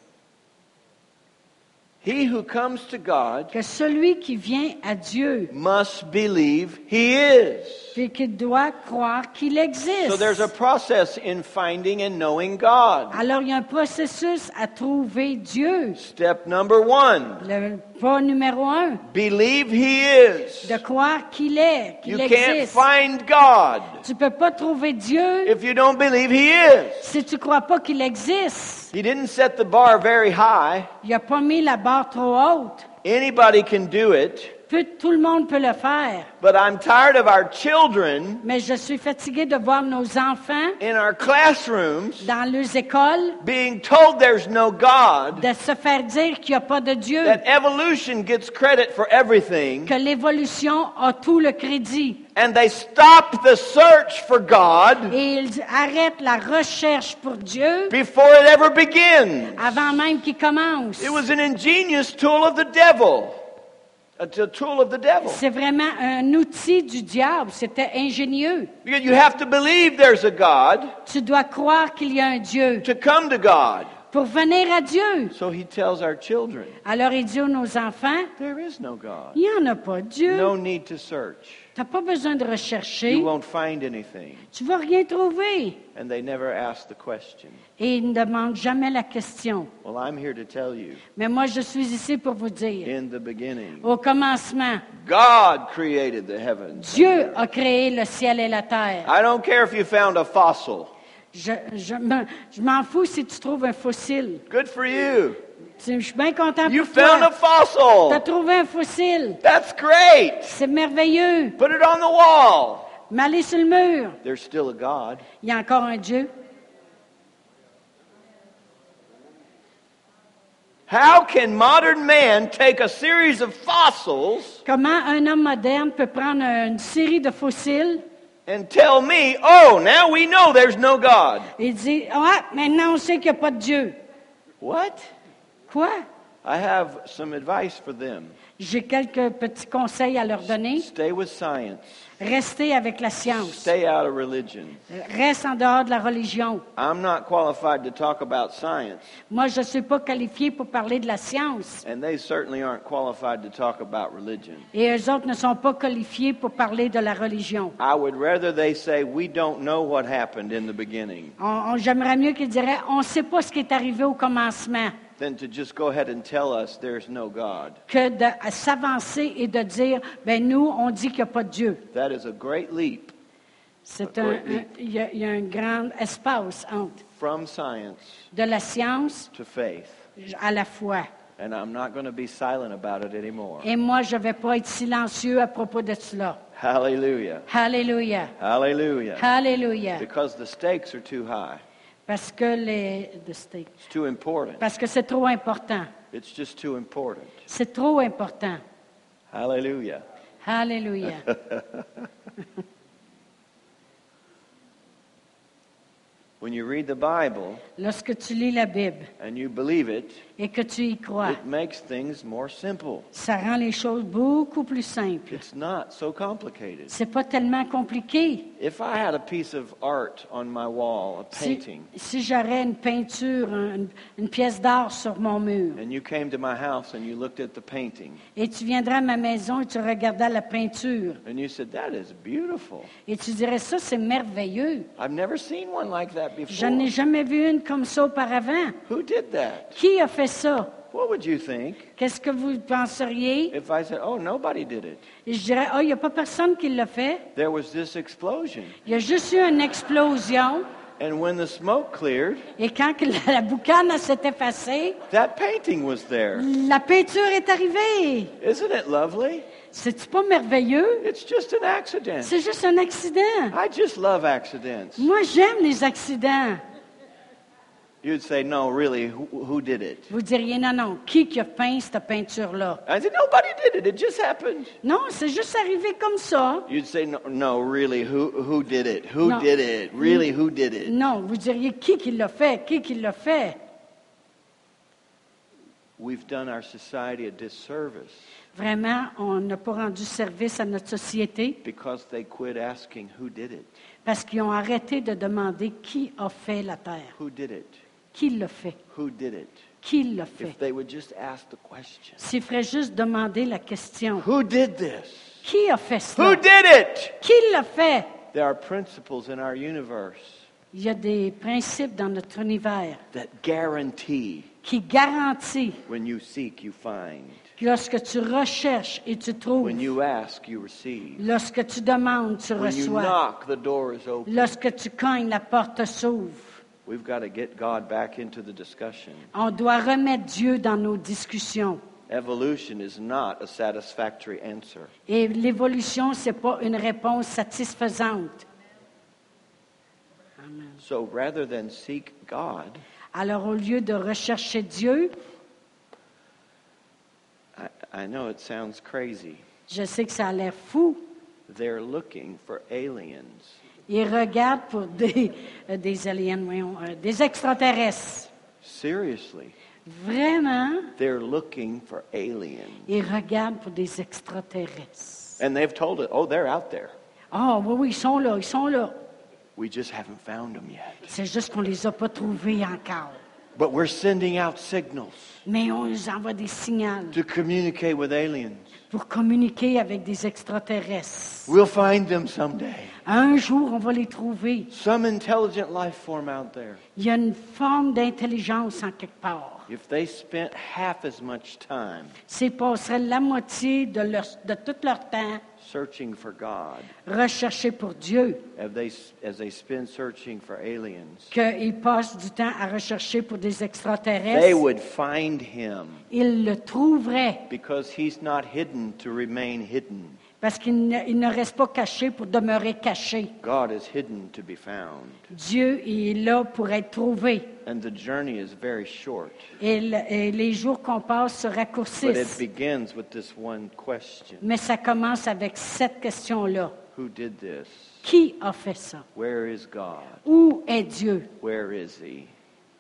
Speaker 1: he who comes to God
Speaker 2: que celui qui vient à Dieu,
Speaker 1: must believe He is.
Speaker 2: puis qu'il doit croire qu'il existe.
Speaker 1: So there's a process in finding and knowing God.
Speaker 2: Alors il y a un processus à trouver Dieu.
Speaker 1: Step number one
Speaker 2: Le pas numéro un,
Speaker 1: believe He is.
Speaker 2: de croire qu'il est,
Speaker 1: You
Speaker 2: qu'il
Speaker 1: can't
Speaker 2: existe.
Speaker 1: find God
Speaker 2: Tu peux pas trouver Dieu
Speaker 1: if you don't believe He is.
Speaker 2: si tu crois pas qu'il existe.
Speaker 1: He didn't set the bar very high.
Speaker 2: Il a pas mis la barre trop haute.
Speaker 1: Anybody can do it,
Speaker 2: Peu- tout le monde peut le faire.
Speaker 1: but I'm tired of our children
Speaker 2: Mais je suis fatiguée de voir nos enfants
Speaker 1: in our classrooms
Speaker 2: dans leurs écoles
Speaker 1: being told there's no God,
Speaker 2: de se faire dire qu'il n'y a pas de Dieu,
Speaker 1: that evolution gets credit for everything,
Speaker 2: que l'évolution a tout le crédit.
Speaker 1: and they stop the search for God
Speaker 2: Et ils arrêtent la recherche pour Dieu
Speaker 1: before it ever begins.
Speaker 2: avant même qu'il commence.
Speaker 1: It was an ingenious tool of the devil. a t- a tool of the devil.
Speaker 2: C'est vraiment un outil du diable. C'était ingénieux.
Speaker 1: Because you have to believe there's a God
Speaker 2: Tu dois croire qu'il y a un Dieu
Speaker 1: to come to God.
Speaker 2: pour venir à Dieu.
Speaker 1: So he tells our children,
Speaker 2: Alors il dit à nos enfants,
Speaker 1: there is no God.
Speaker 2: il n'y en a pas de Dieu.
Speaker 1: No need to search.
Speaker 2: Tu n'as pas besoin de
Speaker 1: You
Speaker 2: rechercher.
Speaker 1: won't find anything.
Speaker 2: Tu vas rien trouver.
Speaker 1: And they never ask the question.
Speaker 2: Et il ne demande jamais la question.
Speaker 1: Well, I'm here to tell you,
Speaker 2: Mais moi, je suis ici pour vous dire,
Speaker 1: in the beginning,
Speaker 2: au commencement,
Speaker 1: God created the heavens. and the
Speaker 2: Dieu
Speaker 1: earth.
Speaker 2: a créé le ciel et la terre.
Speaker 1: I don't care if you found a fossil.
Speaker 2: Je, je me- je m'en fous si tu trouves un fossile.
Speaker 1: Good for you.
Speaker 2: Tu- Je suis bien content
Speaker 1: You
Speaker 2: pour
Speaker 1: found a
Speaker 2: toi. Tu as
Speaker 1: fossil.
Speaker 2: trouvé un fossile.
Speaker 1: That's great.
Speaker 2: C'est merveilleux.
Speaker 1: Put it on the wall.
Speaker 2: Mais allez sur le mur.
Speaker 1: There's still a God.
Speaker 2: Il y a encore un Dieu.
Speaker 1: How can modern man take a series of fossils
Speaker 2: Comment un homme moderne peut prendre une série de fossiles
Speaker 1: and tell me, oh, now we know there's no God?
Speaker 2: et dire Ah, maintenant on sait qu'il n'y a pas de Dieu.
Speaker 1: What?
Speaker 2: Quoi?
Speaker 1: I have some advice for them.
Speaker 2: J'ai quelques petits conseils à leur donner.
Speaker 1: Stay with science,
Speaker 2: Restez avec la science.
Speaker 1: stay out of religion.
Speaker 2: Reste en dehors de la religion.
Speaker 1: I'm not qualified to talk about science,
Speaker 2: Moi, je ne suis pas qualifiée pour parler de la science.
Speaker 1: and they certainly aren't qualified to talk about religion.
Speaker 2: Et eux autres ne sont pas qualifiés pour parler de la religion.
Speaker 1: I would rather they say, we don't know what happened in the beginning,
Speaker 2: On- on- J'aimerais mieux qu'ils diraient on ne sait pas ce qui est arrivé au commencement
Speaker 1: than to just go ahead and tell us there's no God.
Speaker 2: que de à s'avancer et de dire ben nous, on dit qu'il n'y a pas de Dieu.
Speaker 1: That is a great leap
Speaker 2: C'est un, un- il y, a- il y a un grand espace entre
Speaker 1: from science
Speaker 2: de la science
Speaker 1: to faith.
Speaker 2: à la foi.
Speaker 1: And I'm not going to be silent about it anymore.
Speaker 2: Et moi, je ne vais pas être silencieux à propos de cela.
Speaker 1: Hallelujah.
Speaker 2: Alléluia.
Speaker 1: Hallelujah.
Speaker 2: Alléluia.
Speaker 1: Because the stakes are too high.
Speaker 2: Parce que les de steak.
Speaker 1: It's too important.
Speaker 2: Parce que c'est trop important.
Speaker 1: It's just too important.
Speaker 2: C'est trop important.
Speaker 1: Hallelujah.
Speaker 2: Alléluia.
Speaker 1: When you read the Bible
Speaker 2: Lorsque tu lis la Bible
Speaker 1: and you believe it,
Speaker 2: et que tu y crois,
Speaker 1: it makes things more simple.
Speaker 2: ça rend les choses beaucoup plus simples.
Speaker 1: It's not so complicated.
Speaker 2: C'est pas tellement compliqué.
Speaker 1: If I had a piece of art on my wall, a
Speaker 2: Si,
Speaker 1: painting,
Speaker 2: si j'aurais une peinture, un- une, une pièce d'art sur mon mur,
Speaker 1: and you came to my house and you looked at the painting,
Speaker 2: et tu viendrais à ma maison et tu regardais la peinture,
Speaker 1: and you said, That is beautiful.
Speaker 2: et tu dirais ça, c'est merveilleux.
Speaker 1: I've never seen one like that
Speaker 2: Je n'ai
Speaker 1: before.
Speaker 2: jamais vu une comme ça auparavant.
Speaker 1: Who did that?
Speaker 2: Qui a fait ça?
Speaker 1: What would you think
Speaker 2: Qu'est-ce que vous penseriez?
Speaker 1: if I said, Oh, nobody did it?
Speaker 2: Et je dirais, ah, il n'y a pas personne qui l'a fait.
Speaker 1: There was this explosion.
Speaker 2: Il y a juste eu une explosion.
Speaker 1: And when the smoke cleared,
Speaker 2: Et quand que la, la boucane elle s'est effacée,
Speaker 1: that painting was there.
Speaker 2: la peinture est arrivée.
Speaker 1: Isn't it lovely?
Speaker 2: C'est-tu pas merveilleux?
Speaker 1: It's just an accident.
Speaker 2: C'est juste un accident.
Speaker 1: I just love accidents.
Speaker 2: Moi, j'aime les accidents.
Speaker 1: You'd say, No, really, who, who did it?
Speaker 2: Vous diriez, non, non, qui qui a peint cette peinture-là?
Speaker 1: I said, Nobody did it. It just happened.
Speaker 2: Non, c'est juste arrivé comme ça.
Speaker 1: You'd say, no, no, really, who, who did it? Who
Speaker 2: No.
Speaker 1: did it? Really, who did it?
Speaker 2: Non, vous diriez, qui qui l'a fait? Qui qui l'a fait?
Speaker 1: We've done our society a disservice
Speaker 2: Vraiment, on n'a pas rendu service à notre société
Speaker 1: because they quit asking who did it.
Speaker 2: parce qu'ils ont arrêté de demander qui a fait la terre.
Speaker 1: Who did it?
Speaker 2: Qui l'a fait?
Speaker 1: Who did it?
Speaker 2: Qui l'a fait?
Speaker 1: If they would just ask the question
Speaker 2: S'il ferait juste demander la question.
Speaker 1: Who did this?
Speaker 2: Qui a fait ça?
Speaker 1: Who did it?
Speaker 2: Qui l'a fait?
Speaker 1: There are principles in our universe
Speaker 2: Il y a des principes dans notre univers
Speaker 1: that guarantee
Speaker 2: qui garantissent
Speaker 1: when you seek, you find.
Speaker 2: que lorsque tu recherches et tu trouves,
Speaker 1: When you ask, you receive.
Speaker 2: lorsque tu demandes, tu
Speaker 1: When you
Speaker 2: reçois,
Speaker 1: knock, the door is open.
Speaker 2: lorsque tu cognes, la porte s'ouvre.
Speaker 1: We've got to get God back into the discussion.
Speaker 2: On doit remettre Dieu dans nos discussions.
Speaker 1: Evolution is not a satisfactory answer.
Speaker 2: Et l'évolution, ce n'est pas une réponse satisfaisante.
Speaker 1: So rather than seek God,
Speaker 2: Alors, au lieu de rechercher Dieu,
Speaker 1: I, I know it sounds crazy,
Speaker 2: je sais que ça a l'air fou,
Speaker 1: they're looking for aliens.
Speaker 2: ils regardent pour des, euh, des aliens, voyons, euh, des extraterrestres.
Speaker 1: Seriously,
Speaker 2: Vraiment,
Speaker 1: They're looking for aliens.
Speaker 2: ils regardent pour des extraterrestres.
Speaker 1: And they've told it, oh, they're out there.
Speaker 2: Ah oui, oui, ils sont là, ils sont là.
Speaker 1: We just haven't found them yet.
Speaker 2: C'est juste qu'on les a pas trouvés encore.
Speaker 1: But we're sending out signals
Speaker 2: Mais on les envoie des signaux
Speaker 1: to communicate with aliens.
Speaker 2: pour communiquer avec des extraterrestres.
Speaker 1: We'll find them someday.
Speaker 2: Un jour, on va les trouver.
Speaker 1: Some intelligent life form out there.
Speaker 2: Il y a une forme d'intelligence en quelque part.
Speaker 1: If they spent half as much time
Speaker 2: S'ils passeraient la moitié de, leur, de tout leur temps
Speaker 1: searching for God
Speaker 2: recherchés pour Dieu,
Speaker 1: as they, as they spend searching for aliens,
Speaker 2: qu'ils passent du temps à rechercher pour des
Speaker 1: they
Speaker 2: extraterrestres,
Speaker 1: would find him
Speaker 2: ils le trouveraient
Speaker 1: because he's not hidden to remain hidden.
Speaker 2: parce qu'il ne, il ne reste pas caché pour demeurer caché.
Speaker 1: God is hidden to be found.
Speaker 2: Dieu est là pour être trouvé.
Speaker 1: And the journey is very short.
Speaker 2: Et, le- et les jours qu'on passe se
Speaker 1: But it
Speaker 2: raccourcissent.
Speaker 1: begins with this one question
Speaker 2: Mais ça commence avec cette question-là.
Speaker 1: Who did this?
Speaker 2: Qui a fait ça?
Speaker 1: Where is God?
Speaker 2: Où est Dieu?
Speaker 1: Where is he?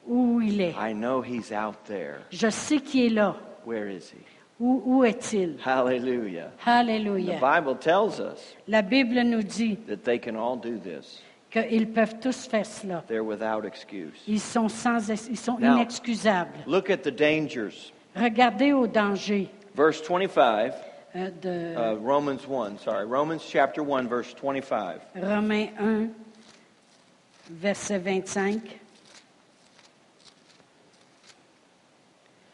Speaker 2: Où il est?
Speaker 1: I know he's out there.
Speaker 2: Je sais qui est là.
Speaker 1: Where is he?
Speaker 2: Où, où est-il?
Speaker 1: Hallelujah. The
Speaker 2: Alléluia.
Speaker 1: Bible tells us
Speaker 2: La Bible nous dit
Speaker 1: that they can all do this.
Speaker 2: qu'ils peuvent tous faire cela.
Speaker 1: They're without excuse.
Speaker 2: Ils sont, sans, ex- ils sont
Speaker 1: Now-
Speaker 2: inexcusables.
Speaker 1: Look at the dangers.
Speaker 2: Regardez au danger
Speaker 1: Verse 25,
Speaker 2: euh, de
Speaker 1: uh, Romans 1, sorry, Romans chapter 1, verse 25.
Speaker 2: Romains 1, verset 25.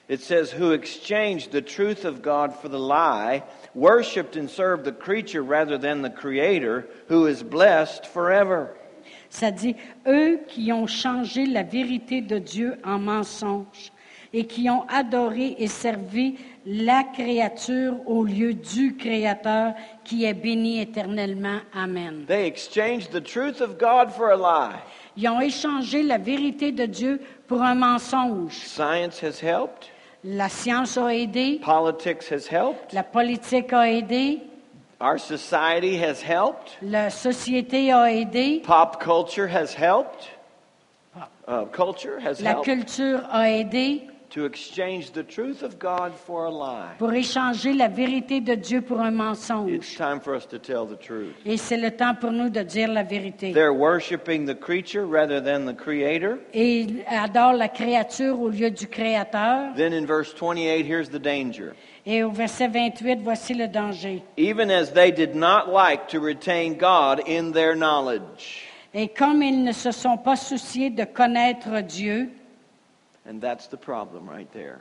Speaker 1: It says, Who exchanged the truth of God for the lie, worshiped and served the creature rather than the Creator, who is blessed forever.
Speaker 2: Ça dit, eux qui ont changé la vérité de Dieu en mensonge et qui ont adoré et servi la créature au lieu du Créateur qui est béni éternellement. Amen.
Speaker 1: They exchanged the truth of God for a lie.
Speaker 2: Ils ont échangé la vérité de Dieu pour un mensonge.
Speaker 1: Science has helped,
Speaker 2: La science a aidé,
Speaker 1: politics has helped,
Speaker 2: la politique a aidé,
Speaker 1: our society has helped,
Speaker 2: la société a aidé,
Speaker 1: pop culture has helped. Uh, culture has
Speaker 2: la
Speaker 1: helped
Speaker 2: culture a aidé
Speaker 1: to exchange the truth of God for a lie.
Speaker 2: pour échanger la vérité de Dieu pour un
Speaker 1: It's
Speaker 2: mensonge.
Speaker 1: time for us to tell the truth.
Speaker 2: Et c'est le temps pour nous de dire la vérité.
Speaker 1: They're worshiping the creature rather than the creator.
Speaker 2: et il adore la créature au lieu du Créateur.
Speaker 1: Then in verse 28, here's the danger.
Speaker 2: Et au verset 28, voici le danger.
Speaker 1: Even as they did not like to retain God in their knowledge.
Speaker 2: Et comme ils ne se sont pas souciés de connaître Dieu,
Speaker 1: And that's the problem right there.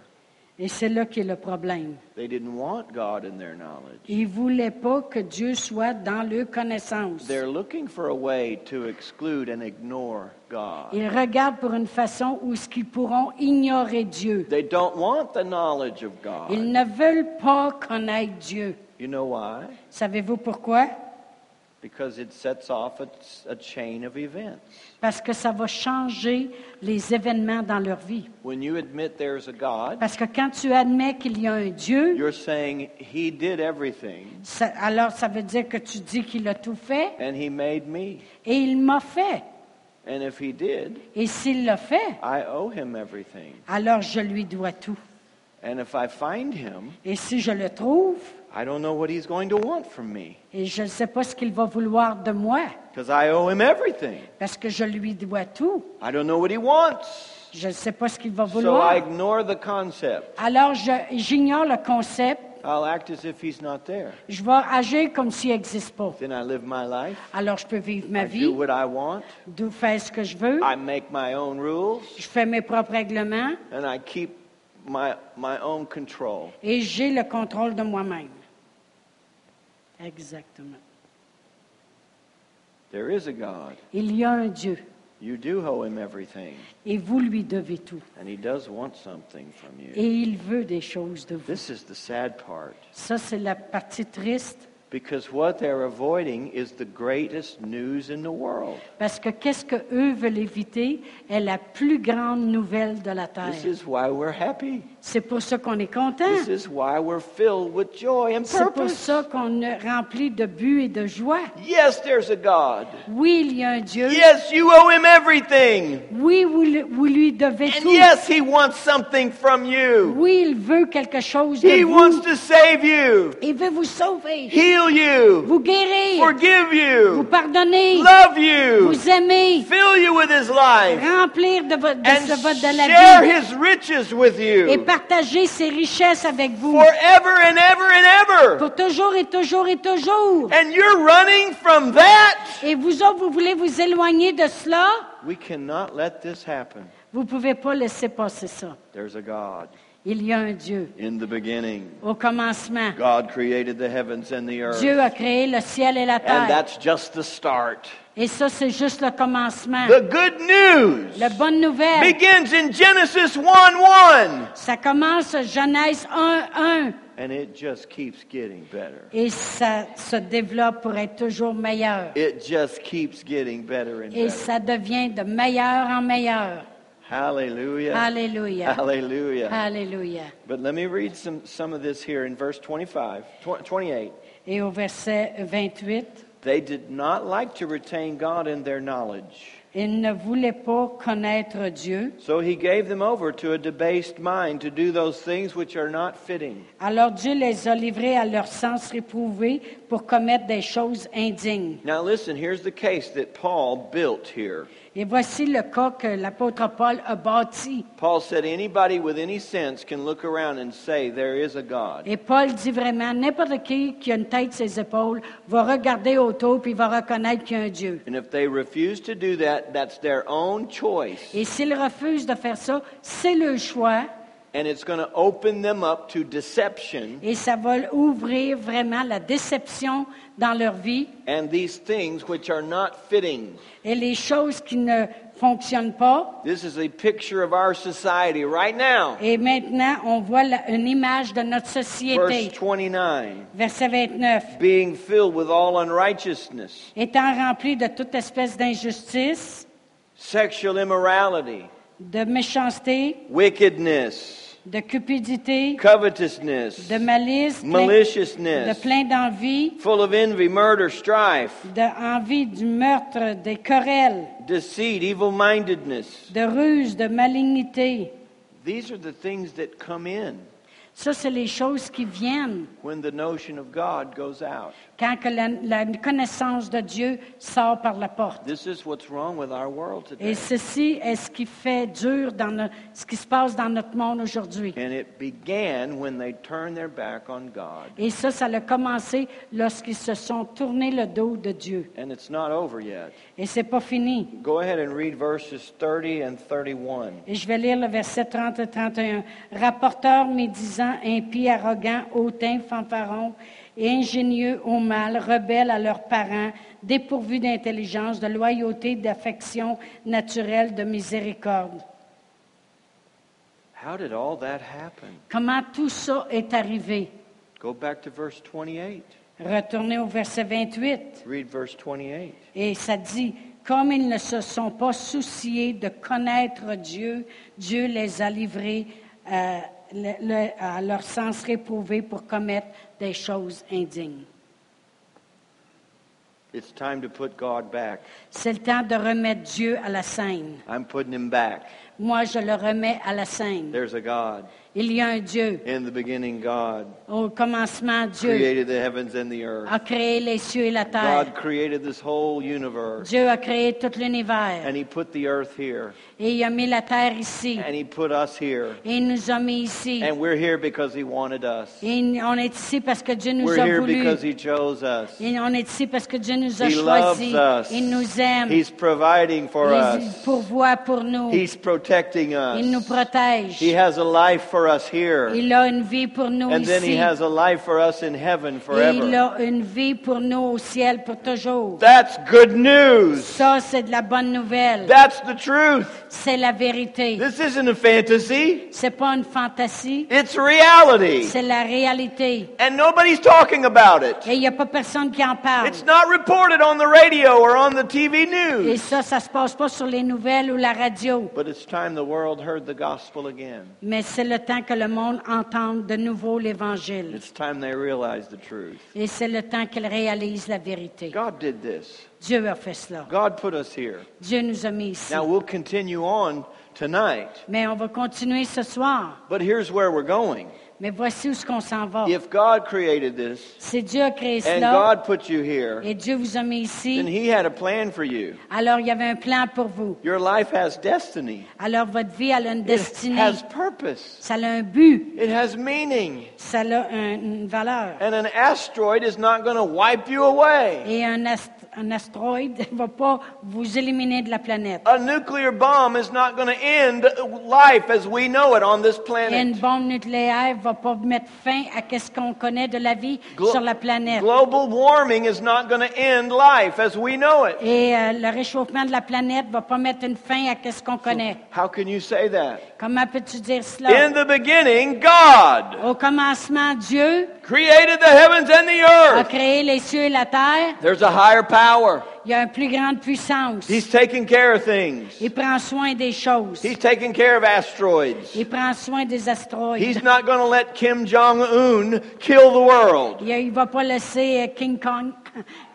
Speaker 2: et c'est là qu'est le problème.
Speaker 1: They didn't want God in their knowledge.
Speaker 2: Ils ne voulaient pas que Dieu soit dans leur connaissance.
Speaker 1: They're looking for a way to exclude and ignore God.
Speaker 2: Ils regardent pour une façon où ce qu'ils pourront ignorer Dieu.
Speaker 1: They don't want the knowledge of
Speaker 2: Ils
Speaker 1: God.
Speaker 2: ne veulent pas connaître Dieu.
Speaker 1: You know why?
Speaker 2: Savez-vous pourquoi?
Speaker 1: Because it sets off a, a chain of events.
Speaker 2: Parce que ça va changer les événements dans leur vie.
Speaker 1: When you admit there's a God,
Speaker 2: Parce que quand tu admets qu'il y a un Dieu,
Speaker 1: you're saying He did everything
Speaker 2: Ça- alors, ça veut dire que tu dis qu'il a tout fait
Speaker 1: and He made me.
Speaker 2: et il m'a fait.
Speaker 1: And if He did,
Speaker 2: Et s'il l'a fait,
Speaker 1: I owe Him everything.
Speaker 2: alors je lui dois tout.
Speaker 1: And if I find Him,
Speaker 2: Et si je le trouve,
Speaker 1: I don't know what He's going to want from me
Speaker 2: et je ne sais pas ce qu'il va vouloir de moi,
Speaker 1: because I owe Him everything.
Speaker 2: parce que je lui dois tout,
Speaker 1: I don't know what He wants.
Speaker 2: je ne sais pas ce qu'il va
Speaker 1: So I
Speaker 2: vouloir,
Speaker 1: ignore the concept.
Speaker 2: alors je- j'ignore le concept,
Speaker 1: I'll act as if He's not there.
Speaker 2: je vais agir comme s'il n'existe pas.
Speaker 1: Then I live my life.
Speaker 2: Alors, je peux vivre ma
Speaker 1: I do
Speaker 2: vie,
Speaker 1: what I want.
Speaker 2: d'où faire ce que je veux,
Speaker 1: I make my own rules
Speaker 2: je fais mes propres règlements
Speaker 1: and I keep my, my own control.
Speaker 2: et j'ai le contrôle de moi-même. Exactement.
Speaker 1: There is a God.
Speaker 2: Il y a un Dieu.
Speaker 1: You do owe him everything,
Speaker 2: Et vous lui devez tout.
Speaker 1: and he does want something from you.
Speaker 2: Et il veut des choses de vous.
Speaker 1: This is the sad part
Speaker 2: Ça, c'est la partie triste.
Speaker 1: because what they're avoiding is the greatest news in the world.
Speaker 2: Parce que qu'est-ce que eux veulent éviter est la plus grande nouvelle de la terre.
Speaker 1: This is why we're happy.
Speaker 2: C'est pour ça qu'on est content.
Speaker 1: This is why we're filled with joy and
Speaker 2: C'est pour
Speaker 1: purpose.
Speaker 2: ça qu'on est rempli de but et de joie.
Speaker 1: Yes, there's a God.
Speaker 2: Oui, il y a un Dieu.
Speaker 1: Yes, you owe him everything.
Speaker 2: Oui, vous, le- vous lui devez
Speaker 1: And
Speaker 2: tout.
Speaker 1: yes, he wants something from you.
Speaker 2: Oui, il veut quelque chose de
Speaker 1: He wants
Speaker 2: vous.
Speaker 1: to save you,
Speaker 2: Il veut vous sauver,
Speaker 1: heal you,
Speaker 2: vous guérir,
Speaker 1: forgive
Speaker 2: vous
Speaker 1: you,
Speaker 2: pardonner,
Speaker 1: love you,
Speaker 2: vous aimer,
Speaker 1: fill you with his life,
Speaker 2: remplir de, votre- de
Speaker 1: and
Speaker 2: ce vote de la
Speaker 1: share
Speaker 2: vie
Speaker 1: his riches with
Speaker 2: et
Speaker 1: you
Speaker 2: partager ses richesses avec vous
Speaker 1: forever and ever and ever.
Speaker 2: pour toujours et toujours et toujours.
Speaker 1: And you're running from that?
Speaker 2: Et vous autres, vous voulez vous éloigner de cela?
Speaker 1: We cannot let this happen.
Speaker 2: Vous ne pouvez pas laisser passer ça.
Speaker 1: There's a God.
Speaker 2: Il y a un Dieu.
Speaker 1: In the beginning,
Speaker 2: Au commencement,
Speaker 1: God created the heavens and the earth.
Speaker 2: Dieu a créé le ciel et la
Speaker 1: And
Speaker 2: terre.
Speaker 1: that's just the start.
Speaker 2: Et ça, c'est juste le commencement.
Speaker 1: The good news
Speaker 2: La bonne nouvelle,
Speaker 1: begins in Genesis 1 1.
Speaker 2: ça commence Genèse 1-1
Speaker 1: And it just keeps getting better.
Speaker 2: et ça se développe pour être toujours meilleur.
Speaker 1: It just keeps getting better and
Speaker 2: Et
Speaker 1: better.
Speaker 2: ça devient de meilleur en meilleur.
Speaker 1: Hallelujah. Ah
Speaker 2: Alléluia.
Speaker 1: Hallelujah.
Speaker 2: Alléluia.
Speaker 1: But let me read some, some of this here in verse 25, tw- 28.
Speaker 2: Et au verset 28,
Speaker 1: They did not like to retain God in their knowledge.
Speaker 2: il ne voulait pas connaître Dieu.
Speaker 1: So he gave them over to a debased mind to do those things which are not fitting.
Speaker 2: Alors Dieu les a livrés à leur sens réprouvé pour commettre des choses indignes.
Speaker 1: Now, listen, here's the case that Paul built here.
Speaker 2: Et voici le cas que l'apôtre Paul a bâti.
Speaker 1: Paul said anybody with any sense can look around and say, There is a God.
Speaker 2: Et Paul dit vraiment, n'importe qui qui a une tête sur ses épaules va regarder autour puis va reconnaître qu'il y a un Dieu.
Speaker 1: And if they refuse to do that, that's their own choice.
Speaker 2: Et s'il refuse de faire ça, c'est le choix
Speaker 1: And it's going to open them up to deception
Speaker 2: et ça va ouvrir vraiment la déception dans leur vie
Speaker 1: and these things which are not fitting.
Speaker 2: et les choses qui ne fonctionnent pas.
Speaker 1: This is a picture of our society right now.
Speaker 2: Et maintenant, on voit la- une image de notre
Speaker 1: Verse
Speaker 2: société.
Speaker 1: 29
Speaker 2: Verset 29.
Speaker 1: being filled with all unrighteousness,
Speaker 2: Étant rempli de toute espèce d'injustice,
Speaker 1: sexual immorality.
Speaker 2: de méchanceté,
Speaker 1: wickedness,
Speaker 2: de cupidité,
Speaker 1: covetousness,
Speaker 2: de malice, plein- de
Speaker 1: maliciousness,
Speaker 2: plein d'envie,
Speaker 1: full of envy, murder, strife,
Speaker 2: de envie du meurtre, des querelles,
Speaker 1: deceit, evil mindedness.
Speaker 2: de ruse, de malignité.
Speaker 1: These are the things that come in
Speaker 2: Ça, c'est les choses qui viennent
Speaker 1: when the notion of God goes out.
Speaker 2: quand que la, la connaissance de Dieu sort par la porte.
Speaker 1: This is what's wrong with our world
Speaker 2: Et
Speaker 1: today.
Speaker 2: ceci est ce qui fait dur dans no- ce qui se passe dans notre monde aujourd'hui.
Speaker 1: And it began when they turned their back on God.
Speaker 2: Et ça, ça a commencé lorsqu'ils se sont tournés le dos de Dieu.
Speaker 1: And it's not over yet.
Speaker 2: Et c'est pas fini.
Speaker 1: Go ahead and read verses 30 and 31.
Speaker 2: Et je vais lire le verset 30 et 31. Rapporteur médisant, impie, arrogant, hautain, fanfaron, et ingénieux au mal, rebelle à leurs parents, dépourvu d'intelligence, de loyauté, d'affection naturelle, de miséricorde.
Speaker 1: How did all that happen?
Speaker 2: Comment tout ça est arrivé?
Speaker 1: Go back to verse 28.
Speaker 2: Retournez au verset 28.
Speaker 1: Read verse 28.
Speaker 2: Et ça dit, comme ils ne se sont pas souciés de connaître Dieu, Dieu les a livrés euh, le- le- à leur sens réprouvé pour commettre des choses indignes.
Speaker 1: It's time to put God back.
Speaker 2: C'est le temps de remettre Dieu à la scène.
Speaker 1: I'm putting him back.
Speaker 2: Moi, je le remets à la scène.
Speaker 1: There's a God.
Speaker 2: Il y a un Dieu.
Speaker 1: In the beginning, God
Speaker 2: Au commencement, Dieu
Speaker 1: created the heavens and the earth.
Speaker 2: a créé les cieux et la terre.
Speaker 1: God created this whole universe.
Speaker 2: Dieu a créé tout l'univers.
Speaker 1: And he put the earth here.
Speaker 2: Et il a mis la terre ici.
Speaker 1: And he put us here.
Speaker 2: Et il nous a mis ici.
Speaker 1: And we're here because he wanted us.
Speaker 2: Et on est ici parce que Dieu nous
Speaker 1: We're
Speaker 2: a
Speaker 1: here
Speaker 2: voulu.
Speaker 1: because he chose us.
Speaker 2: Et on est ici parce que Dieu nous a
Speaker 1: He loves
Speaker 2: choisis.
Speaker 1: us.
Speaker 2: Il nous aime.
Speaker 1: He's providing for
Speaker 2: il
Speaker 1: us.
Speaker 2: pourvoit pour nous.
Speaker 1: He's protecting
Speaker 2: il nous
Speaker 1: us.
Speaker 2: protège.
Speaker 1: He has a life for us here.
Speaker 2: il a une vie pour nous
Speaker 1: And then
Speaker 2: ici.
Speaker 1: he has a life for us in heaven
Speaker 2: Et il
Speaker 1: forever.
Speaker 2: a une vie pour nous au ciel pour toujours.
Speaker 1: That's good news.
Speaker 2: Ça, c'est de la bonne nouvelle.
Speaker 1: That's the truth.
Speaker 2: c'est la vérité.
Speaker 1: This isn't a fantasy.
Speaker 2: C'est pas une fantaisie.
Speaker 1: It's reality.
Speaker 2: C'est la réalité.
Speaker 1: And nobody's talking about it.
Speaker 2: Et il n'y a pas personne qui en parle.
Speaker 1: It's not reported on the radio or on the TV
Speaker 2: Et
Speaker 1: news.
Speaker 2: ça, ça se passe pas sur les nouvelles ou la radio.
Speaker 1: But it's time the world heard the gospel again.
Speaker 2: Mais c'est le temps que le monde entende de nouveau l'Évangile.
Speaker 1: It's time they realize the truth.
Speaker 2: Et c'est le temps qu'ils réalisent la vérité.
Speaker 1: God did this.
Speaker 2: Dieu a fait cela.
Speaker 1: God put us here.
Speaker 2: Dieu nous a mis ici.
Speaker 1: Now we'll continue on tonight,
Speaker 2: Mais on va continuer ce soir.
Speaker 1: but here's where we're going.
Speaker 2: Mais voici où ce qu'on s'en va.
Speaker 1: If God created this
Speaker 2: Si Dieu a créé
Speaker 1: and
Speaker 2: cela
Speaker 1: God put you here,
Speaker 2: et Dieu vous a mis ici,
Speaker 1: then He had a plan for you.
Speaker 2: alors il y avait un plan pour vous.
Speaker 1: Your life has destiny.
Speaker 2: Alors votre vie elle a une
Speaker 1: It
Speaker 2: destinée.
Speaker 1: has purpose.
Speaker 2: Ça a un but.
Speaker 1: It has meaning.
Speaker 2: Ça a un- une valeur.
Speaker 1: And an asteroid is not going to wipe you away.
Speaker 2: Et un, ast- un astéroïde ne va pas vous éliminer de la planète.
Speaker 1: A nuclear bomb is not going to end life as we know it on this
Speaker 2: Et une
Speaker 1: planet.
Speaker 2: bombe nucléaire ne va pas mettre fin à ce qu'on connaît de la vie
Speaker 1: Glo-
Speaker 2: sur la planète.
Speaker 1: global warming is not going to end life as we know it.
Speaker 2: Et euh, le réchauffement de la planète ne va pas mettre une fin à ce qu'on connaît.
Speaker 1: How can you say that?
Speaker 2: Comment peux-tu dire
Speaker 1: In
Speaker 2: cela?
Speaker 1: the beginning, God
Speaker 2: Au commencement, Dieu
Speaker 1: created the heavens and the
Speaker 2: a
Speaker 1: earth.
Speaker 2: créé les cieux et la terre.
Speaker 1: There's a higher power.
Speaker 2: Il y a une plus grande puissance.
Speaker 1: He's taking care of things.
Speaker 2: Il prend soin des choses.
Speaker 1: He's taking care of asteroids.
Speaker 2: Il prend soin des astéroïdes.
Speaker 1: He's not going to let Kim Jong Un kill the world.
Speaker 2: Il ne va pas laisser euh, King Kong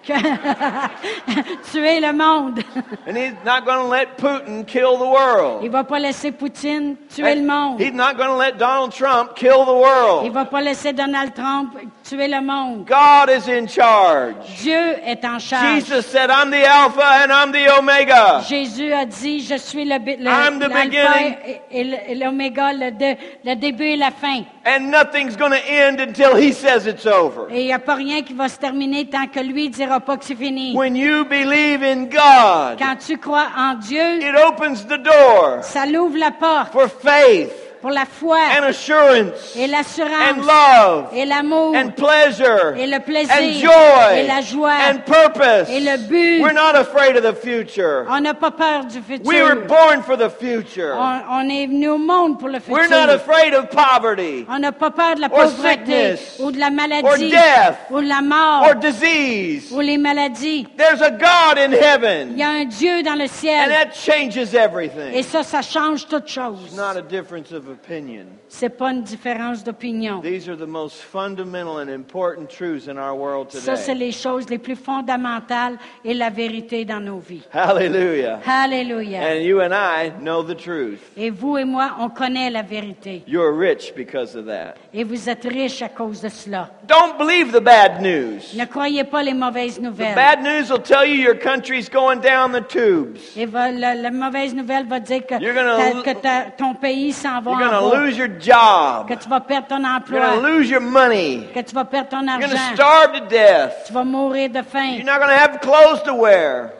Speaker 2: que- tuer le monde.
Speaker 1: And he's not going to let Putin kill the
Speaker 2: Il ne
Speaker 1: world.
Speaker 2: va pas laisser Poutine tuer le
Speaker 1: And
Speaker 2: monde.
Speaker 1: He's not going to let Donald Trump kill the
Speaker 2: Il ne
Speaker 1: world.
Speaker 2: va pas laisser Donald Trump tuer le monde.
Speaker 1: God is in charge.
Speaker 2: Dieu est en charge.
Speaker 1: Jesus said, I'm the Alpha and I'm the Omega.
Speaker 2: Jésus a dit, je suis le, bi- le-
Speaker 1: I'm the
Speaker 2: l'alpha
Speaker 1: beginning.
Speaker 2: et, et le- et l'oméga, le, dé- le début et la fin.
Speaker 1: And nothing's going to end until he says it's over.
Speaker 2: Et il n'y a pas rien qui va se terminer tant que lui ne dira pas que c'est fini.
Speaker 1: When you believe in God,
Speaker 2: Quand tu crois en Dieu,
Speaker 1: it opens the door
Speaker 2: ça l'ouvre la porte
Speaker 1: for faith
Speaker 2: pour la foi
Speaker 1: and assurance
Speaker 2: et
Speaker 1: and
Speaker 2: l'assurance
Speaker 1: love
Speaker 2: et l'amour.
Speaker 1: and pleasure
Speaker 2: Et le plaisir.
Speaker 1: and joy
Speaker 2: Et la joie.
Speaker 1: and purpose.
Speaker 2: Et le but.
Speaker 1: We're not afraid of the future.
Speaker 2: On n'a pas peur du
Speaker 1: We were
Speaker 2: futur.
Speaker 1: born for the future.
Speaker 2: On, on est venu au monde pour le
Speaker 1: We're not
Speaker 2: futur.
Speaker 1: afraid of poverty
Speaker 2: On n'a pas peur de la
Speaker 1: Or
Speaker 2: pauvreté
Speaker 1: sickness.
Speaker 2: ou de la
Speaker 1: Or
Speaker 2: maladie
Speaker 1: death.
Speaker 2: ou de la mort
Speaker 1: or disease.
Speaker 2: ou les maladies.
Speaker 1: There's a God in
Speaker 2: Il y
Speaker 1: heaven,
Speaker 2: a un Dieu dans le
Speaker 1: and
Speaker 2: ciel
Speaker 1: that changes
Speaker 2: et
Speaker 1: everything.
Speaker 2: ça, ça change toute
Speaker 1: It's
Speaker 2: chose.
Speaker 1: not a difference of opinion.
Speaker 2: C'est pas une différence d'opinion.
Speaker 1: These are the most fundamental and important truths in our world
Speaker 2: Ça, c'est
Speaker 1: today.
Speaker 2: les choses les plus fondamentales et la vérité dans nos vies.
Speaker 1: Hallelujah.
Speaker 2: Alléluia.
Speaker 1: And you and I know the truth.
Speaker 2: Et vous et moi, on connaît la vérité.
Speaker 1: You're rich because of that.
Speaker 2: Et vous êtes riches à cause de cela.
Speaker 1: Don't believe the bad news.
Speaker 2: Ne croyez pas les mauvaises
Speaker 1: The
Speaker 2: nouvelles.
Speaker 1: bad news will tell you your country's going down the tubes.
Speaker 2: Et va- la, la mauvaise nouvelle va dire que,
Speaker 1: You're gonna-
Speaker 2: ta- que ta- ton pays s'en va
Speaker 1: You're
Speaker 2: en
Speaker 1: going to
Speaker 2: bas,
Speaker 1: lose your job.
Speaker 2: que tu vas perdre ton
Speaker 1: You're going to
Speaker 2: emploi,
Speaker 1: lose your money.
Speaker 2: que tu vas perdre ton
Speaker 1: You're going to
Speaker 2: argent,
Speaker 1: starve to death.
Speaker 2: tu vas mourir de faim,
Speaker 1: You're not going to have clothes to wear.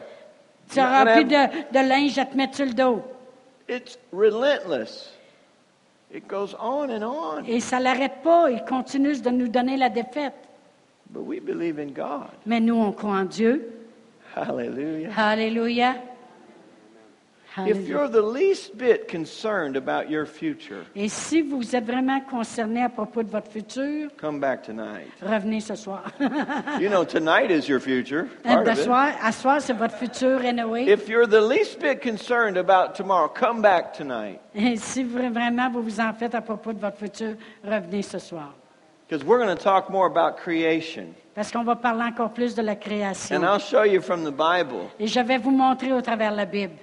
Speaker 2: tu n'auras
Speaker 1: gonna
Speaker 2: plus de, de linge à te mettre sur le dos.
Speaker 1: It's relentless. It goes on and on.
Speaker 2: Et ça l'arrête pas, il continue de nous donner la défaite.
Speaker 1: But we believe in God.
Speaker 2: Mais nous, on croit en Dieu.
Speaker 1: Hallelujah.
Speaker 2: Alléluia.
Speaker 1: If
Speaker 2: Alléluia.
Speaker 1: you're the least bit concerned about your future,
Speaker 2: Et si vous êtes vraiment concerné à propos de votre futur,
Speaker 1: come back tonight.
Speaker 2: revenez ce soir. Hein,
Speaker 1: You know, tonight is your future. Part
Speaker 2: De
Speaker 1: of it.
Speaker 2: soir, à soir, c'est votre futur, anyway.
Speaker 1: If you're the least bit concerned about tomorrow, come back tonight.
Speaker 2: Et si vra- vraiment vous vous en faites à propos de votre futur, revenez ce soir.
Speaker 1: Because we're going to talk more about creation.
Speaker 2: Parce qu'on va parler encore plus de la création.
Speaker 1: And I'll show you from the Bible
Speaker 2: Et je vais vous montrer au travers de la Bible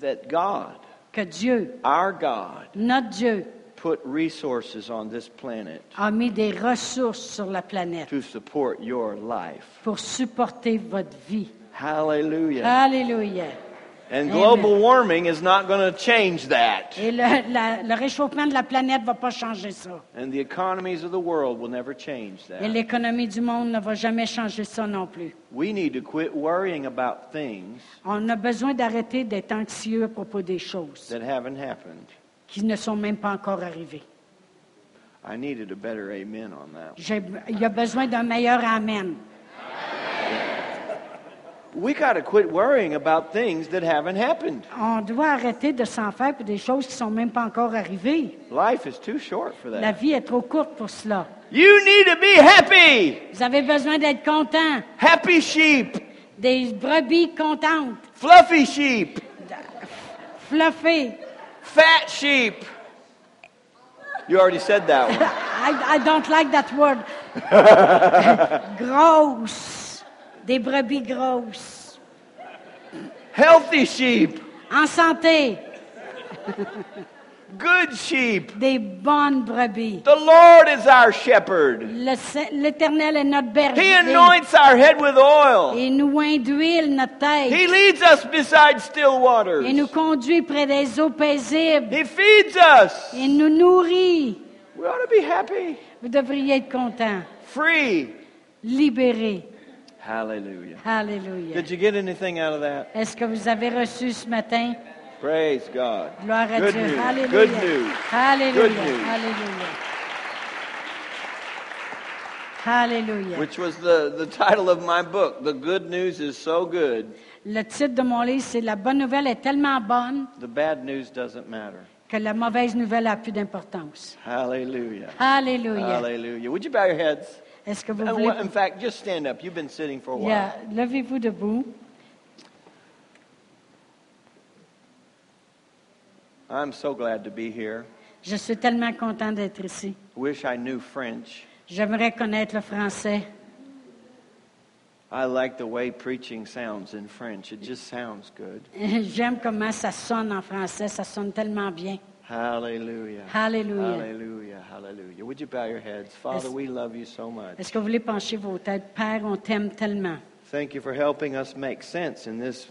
Speaker 1: that God,
Speaker 2: que Dieu,
Speaker 1: our God,
Speaker 2: notre Dieu,
Speaker 1: put resources on this planet
Speaker 2: a mis des ressources sur la planète
Speaker 1: to support your life.
Speaker 2: pour supporter votre vie.
Speaker 1: Hallelujah.
Speaker 2: Alléluia.
Speaker 1: And
Speaker 2: Amen.
Speaker 1: global warming is not going to change that.
Speaker 2: Et le, la- le réchauffement de la planète ne va pas changer ça.
Speaker 1: And the economies of the world will never change
Speaker 2: Et
Speaker 1: that.
Speaker 2: l'économie du monde ne va jamais changer ça non plus.
Speaker 1: We need to quit worrying about things
Speaker 2: On a besoin d'arrêter d'être anxieux à propos des choses
Speaker 1: that haven't happened.
Speaker 2: qui ne sont même pas encore arrivées.
Speaker 1: I needed a better amen on that.
Speaker 2: J'ai- il y a besoin d'un meilleur Amen.
Speaker 1: We got to quit worrying about things that haven't happened.
Speaker 2: On doit arrêter de s'en faire pour des choses qui ne sont même pas encore arrivées.
Speaker 1: Life is too short for that.
Speaker 2: La vie est trop courte pour cela.
Speaker 1: You need to be happy.
Speaker 2: Vous avez besoin d'être content,
Speaker 1: Happy sheep.
Speaker 2: des brebis contentes,
Speaker 1: Fluffy sheep.
Speaker 2: fluffées,
Speaker 1: Fat sheep. You already said that one.
Speaker 2: I, I don't like that word. grosses. Des brebis grosses.
Speaker 1: Healthy sheep,
Speaker 2: En santé,
Speaker 1: good sheep.
Speaker 2: des bonnes brebis.
Speaker 1: The Lord is our shepherd.
Speaker 2: Le Saint- L'Éternel est notre
Speaker 1: He
Speaker 2: berger.
Speaker 1: anoints our head with oil.
Speaker 2: Et nous oint d'huile notre
Speaker 1: He
Speaker 2: tête.
Speaker 1: leads us beside still
Speaker 2: Et nous
Speaker 1: waters.
Speaker 2: conduit près des eaux paisibles.
Speaker 1: He feeds us.
Speaker 2: Il nous nourrit.
Speaker 1: We ought to be happy,
Speaker 2: Vous devriez être content.
Speaker 1: free.
Speaker 2: Libéré.
Speaker 1: Hallelujah.
Speaker 2: Alléluia.
Speaker 1: Did you get anything out of that?
Speaker 2: Est-ce que vous avez reçu ce matin?
Speaker 1: Praise God.
Speaker 2: Gloire à
Speaker 1: Good
Speaker 2: Dieu.
Speaker 1: news.
Speaker 2: Alléluia.
Speaker 1: Good news.
Speaker 2: Alléluia.
Speaker 1: Good news.
Speaker 2: Alléluia. Alléluia.
Speaker 1: Which was the, the title of my book. The good news is so good,
Speaker 2: Le titre de mon livre, c'est La bonne nouvelle est tellement bonne
Speaker 1: the bad news doesn't matter.
Speaker 2: que la mauvaise nouvelle a plus d'importance.
Speaker 1: Hallelujah.
Speaker 2: Alléluia.
Speaker 1: Hallelujah. Would you bow your heads?
Speaker 2: Est-ce que vous
Speaker 1: And
Speaker 2: voulez...
Speaker 1: wha- In fact, just stand up. You've been sitting for a while.
Speaker 2: Yeah, Levez-vous debout.
Speaker 1: I'm so glad to be here.
Speaker 2: Je suis tellement content d'être ici.
Speaker 1: Wish I knew French.
Speaker 2: J'aimerais connaître le français.
Speaker 1: I like the way preaching sounds in French. It just sounds good.
Speaker 2: J'aime comment ça sonne en français. Ça sonne tellement bien.
Speaker 1: Hallelujah.
Speaker 2: Hallelujah.
Speaker 1: Hallelujah. Hallelujah. Would you bow your heads? Father,
Speaker 2: Yes.
Speaker 1: we love you so much.
Speaker 2: Est-ce que vous voulez pencher vos têtes? Père, on t'aime tellement.
Speaker 1: Thank you for helping us make sense in this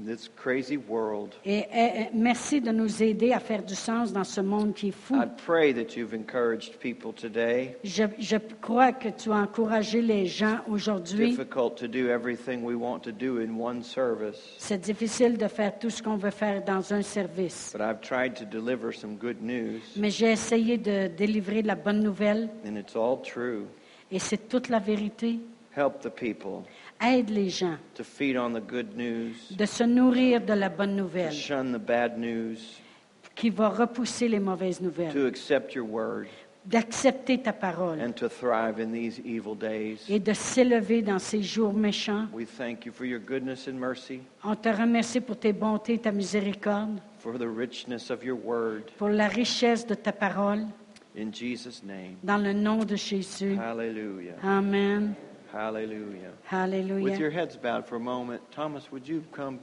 Speaker 1: this crazy world.
Speaker 2: Et euh, euh, merci de nous aider à faire du sens dans ce monde qui est fou.
Speaker 1: I pray that you've encouraged people today.
Speaker 2: Je, je crois que tu as encouragé les gens aujourd'hui.
Speaker 1: Difficult to do everything we want to do in one service,
Speaker 2: C'est difficile de faire tout ce qu'on veut faire dans un service.
Speaker 1: but I've tried to deliver some good news,
Speaker 2: Mais j'ai essayé de délivrer la bonne nouvelle
Speaker 1: and it's all true.
Speaker 2: et c'est toute la vérité.
Speaker 1: Help the people
Speaker 2: Aide les gens
Speaker 1: to feed on the good news,
Speaker 2: de se nourrir de la bonne
Speaker 1: to
Speaker 2: nouvelle
Speaker 1: shun the bad news,
Speaker 2: qui va repousser les mauvaises nouvelles,
Speaker 1: to accept your word,
Speaker 2: d'accepter ta parole
Speaker 1: and to thrive in these evil days.
Speaker 2: et de s'élever dans ces jours méchants.
Speaker 1: We thank you for your goodness and mercy,
Speaker 2: On te remercie pour tes bontés et ta miséricorde,
Speaker 1: for the richness of your word.
Speaker 2: pour la richesse de ta parole,
Speaker 1: In Jesus' name,
Speaker 2: dans le nom de Jésus.
Speaker 1: hallelujah.
Speaker 2: Amen.
Speaker 1: Hallelujah. With your
Speaker 2: Alléluia.
Speaker 1: heads bowed for a moment, Thomas, would you come?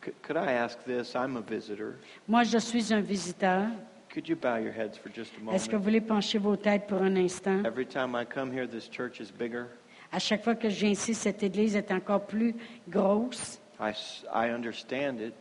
Speaker 1: Could, could I ask this? I'm a visitor.
Speaker 2: Moi, je suis un visiteur.
Speaker 1: Could you bow your heads for just a
Speaker 2: Est-ce que vous
Speaker 1: moment?
Speaker 2: voulez pencher vos têtes pour un instant?
Speaker 1: Every time I come here, this church is bigger.
Speaker 2: À chaque fois que je viens ici, cette église est encore plus grosse.
Speaker 1: I, s- I understand it.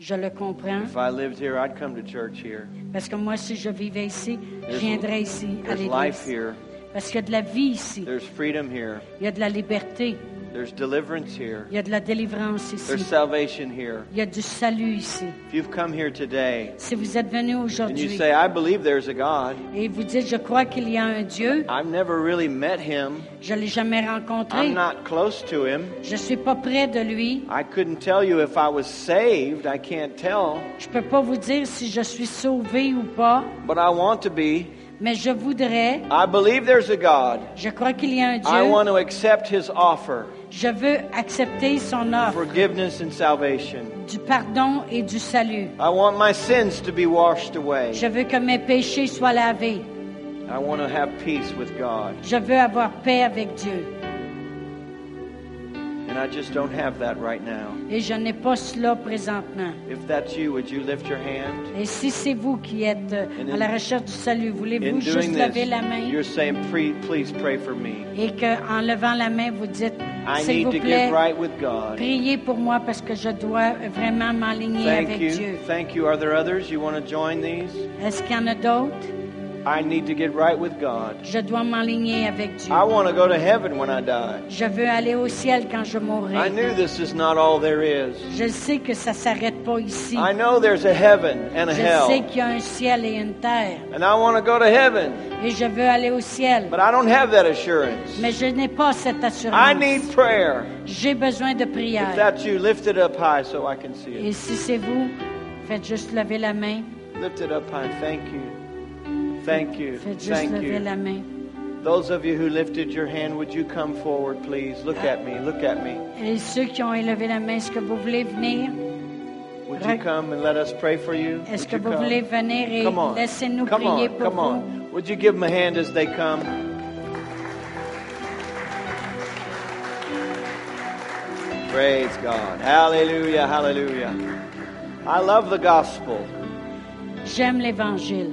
Speaker 2: Je le comprends.
Speaker 1: If I lived here, I'd come to church here.
Speaker 2: Parce que moi, si je vivais ici, je viendrais ici, à
Speaker 1: There's life
Speaker 2: l'église.
Speaker 1: here.
Speaker 2: Parce qu'il y a de la vie ici.
Speaker 1: There's freedom here.
Speaker 2: Il y a de la liberté.
Speaker 1: There's deliverance here.
Speaker 2: Il y a de la délivrance
Speaker 1: There's
Speaker 2: ici.
Speaker 1: salvation here.
Speaker 2: Il y a du salut ici.
Speaker 1: If you've come here today
Speaker 2: Si vous êtes venu
Speaker 1: and you
Speaker 2: aujourd'hui,
Speaker 1: say, I believe there's a God,
Speaker 2: Et vous dites, je crois qu'il y a un Dieu.
Speaker 1: I've never really met him,
Speaker 2: Je ne l'ai jamais
Speaker 1: I'm
Speaker 2: rencontré.
Speaker 1: not close to him,
Speaker 2: Je ne suis pas près de lui.
Speaker 1: I couldn't tell you if I was saved, I can't tell.
Speaker 2: Je ne peux pas vous dire si je suis sauvé ou pas,
Speaker 1: But I want to be.
Speaker 2: mais je voudrais,
Speaker 1: I believe there's a God.
Speaker 2: je crois qu'il y a un
Speaker 1: I want
Speaker 2: Dieu.
Speaker 1: to accept his offer
Speaker 2: Je veux accepter son offre
Speaker 1: forgiveness and salvation.
Speaker 2: du pardon et du salut.
Speaker 1: I want my sins to be washed
Speaker 2: Je
Speaker 1: away.
Speaker 2: veux que mes péchés soient lavés.
Speaker 1: I want to have peace with God.
Speaker 2: Je veux avoir paix avec Dieu.
Speaker 1: And I just don't have that right now.
Speaker 2: Et je n'ai pas cela présentement.
Speaker 1: If that's you, would you lift your hand?
Speaker 2: Et si c'est vous qui êtes euh, à la recherche du salut,
Speaker 1: In
Speaker 2: voulez-vous
Speaker 1: doing
Speaker 2: juste lever la
Speaker 1: this,
Speaker 2: main
Speaker 1: you're saying, "Pre- please pray for me.
Speaker 2: et qu'en levant la main, vous dites,
Speaker 1: I
Speaker 2: s'il
Speaker 1: need to
Speaker 2: vous
Speaker 1: get
Speaker 2: plaît,
Speaker 1: right with God.
Speaker 2: Priez pour moi parce que je dois vraiment m'aligner
Speaker 1: Thank
Speaker 2: avec Dieu.
Speaker 1: you. Thank you. Are there others you want to join these?
Speaker 2: Est-ce qu'il y en a d'autres?
Speaker 1: I need to get right with God.
Speaker 2: Je dois m'aligner avec Dieu.
Speaker 1: I want to go to heaven when I die.
Speaker 2: Je veux aller au ciel quand je
Speaker 1: I
Speaker 2: mourrai.
Speaker 1: knew this is not all there is.
Speaker 2: Je sais que ça s'arrête pas ici.
Speaker 1: I know there's a heaven and a
Speaker 2: Je sais
Speaker 1: hell.
Speaker 2: qu'il y a un ciel et une terre.
Speaker 1: And I want to go to heaven,
Speaker 2: Et je veux aller au ciel.
Speaker 1: but I don't have that assurance.
Speaker 2: Mais je n'ai pas cette
Speaker 1: I
Speaker 2: assurance.
Speaker 1: need prayer.
Speaker 2: J'ai besoin de
Speaker 1: If
Speaker 2: prière.
Speaker 1: that's you, lift it up high so I can see
Speaker 2: Et
Speaker 1: it.
Speaker 2: si c'est vous, faites juste lever la main.
Speaker 1: Lift it up high. Thank you. Thank you.
Speaker 2: Faites juste
Speaker 1: Thank you.
Speaker 2: lever la main.
Speaker 1: Those of you who lifted your hand, would you come forward, please? Look at me. Look at me.
Speaker 2: Et ceux qui ont élevé la main, est-ce que vous voulez venir?
Speaker 1: Would Would you come and let us pray for you?
Speaker 2: Est-ce
Speaker 1: Would
Speaker 2: que
Speaker 1: you
Speaker 2: vous
Speaker 1: come?
Speaker 2: voulez venir et
Speaker 1: Come on.
Speaker 2: laissez-nous
Speaker 1: Come on.
Speaker 2: prier pour
Speaker 1: Come
Speaker 2: vous?
Speaker 1: on. Would you give them a hand as they come? Praise God. Hallelujah. Hallelujah. I love the gospel.
Speaker 2: J'aime l'Évangile.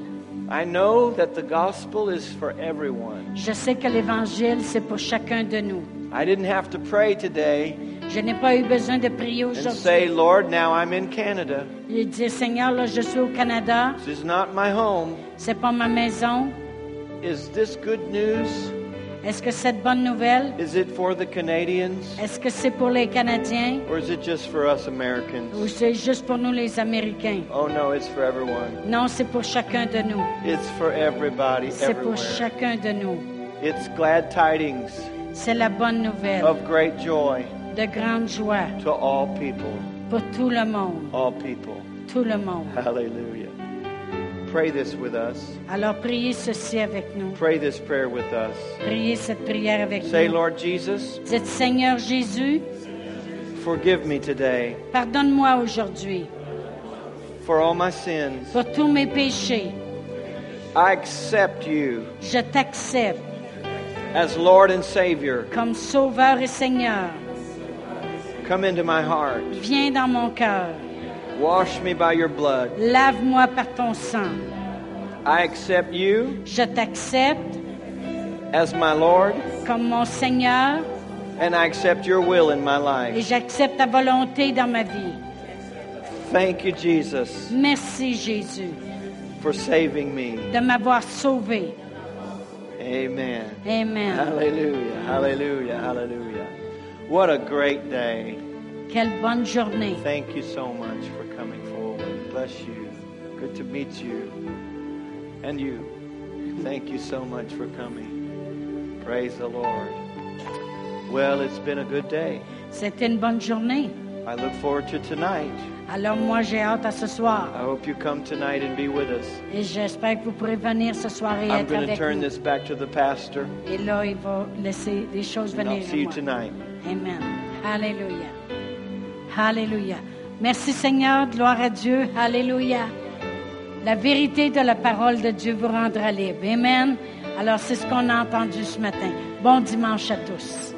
Speaker 1: I know that the gospel is for everyone.
Speaker 2: Je sais que l'Évangile, c'est pour chacun de nous.
Speaker 1: I didn't have to pray today
Speaker 2: Je n'ai pas eu besoin de prier
Speaker 1: and
Speaker 2: aujourd'hui
Speaker 1: say, Lord, now I'm in Canada.
Speaker 2: et dire Seigneur, là, je suis au Canada,
Speaker 1: This is not my home.
Speaker 2: c'est pas ma maison.
Speaker 1: Is this good news?
Speaker 2: Est-ce que cette bonne nouvelle,
Speaker 1: Is it for the Canadians?
Speaker 2: est-ce que c'est pour les Canadiens
Speaker 1: Or is it just for us
Speaker 2: ou
Speaker 1: Americans?
Speaker 2: c'est juste pour nous les Américains?
Speaker 1: Oh no, it's for everyone.
Speaker 2: Non, c'est pour chacun de nous.
Speaker 1: It's for everybody
Speaker 2: C'est pour
Speaker 1: everywhere.
Speaker 2: chacun de nous.
Speaker 1: It's glad tidings
Speaker 2: C'est la bonne nouvelle
Speaker 1: of great joy
Speaker 2: de grande joie
Speaker 1: to all people.
Speaker 2: pour tout le monde,
Speaker 1: All people.
Speaker 2: tout le monde.
Speaker 1: Hallelujah. Pray this with us.
Speaker 2: Alors priez ceci avec nous.
Speaker 1: Pray this prayer with us.
Speaker 2: Priez cette prière avec
Speaker 1: Say,
Speaker 2: nous.
Speaker 1: Lord Jesus,
Speaker 2: Dites Seigneur Jésus,
Speaker 1: forgive me today
Speaker 2: pardonne-moi aujourd'hui
Speaker 1: for all my sins.
Speaker 2: pour tous mes péchés.
Speaker 1: I accept you
Speaker 2: Je t'accepte
Speaker 1: as Lord and Savior.
Speaker 2: comme Sauveur et Seigneur.
Speaker 1: Come into my heart.
Speaker 2: Viens dans mon cœur.
Speaker 1: Wash me by your blood.
Speaker 2: Lave-moi par ton sang.
Speaker 1: I accept you
Speaker 2: Je t'accepte
Speaker 1: as my Lord,
Speaker 2: comme mon Seigneur
Speaker 1: and I accept your will in my
Speaker 2: et
Speaker 1: life.
Speaker 2: j'accepte ta volonté dans ma vie.
Speaker 1: Thank you, Jesus,
Speaker 2: Merci Jésus
Speaker 1: for saving me.
Speaker 2: de m'avoir sauvé.
Speaker 1: Amen. Ah
Speaker 2: Amen.
Speaker 1: Hallelujah. Hallelujah. Hallelujah. What a great day.
Speaker 2: Quelle bonne journée.
Speaker 1: Thank you so much for coming forward. Bless you. Good to meet you. And you. Thank you so much for coming. Praise the Lord. Well, it's been a good day.
Speaker 2: C'était une bonne journée.
Speaker 1: I look forward to tonight.
Speaker 2: Alors moi, j'ai hâte à ce soir
Speaker 1: I hope you come tonight and be with us.
Speaker 2: et j'espère que vous pourrez venir ce soir et
Speaker 1: I'm
Speaker 2: être
Speaker 1: going to
Speaker 2: avec
Speaker 1: turn
Speaker 2: nous.
Speaker 1: this back to the pastor,
Speaker 2: Et là, il va laisser les choses
Speaker 1: and I'll
Speaker 2: venir à
Speaker 1: see you
Speaker 2: moi.
Speaker 1: tonight.
Speaker 2: Amen. Alléluia. Alléluia. Merci Seigneur, gloire à Dieu. Alléluia. La vérité de la parole de Dieu vous rendra libre. Amen. Alors c'est ce qu'on a entendu ce matin. Bon dimanche à tous.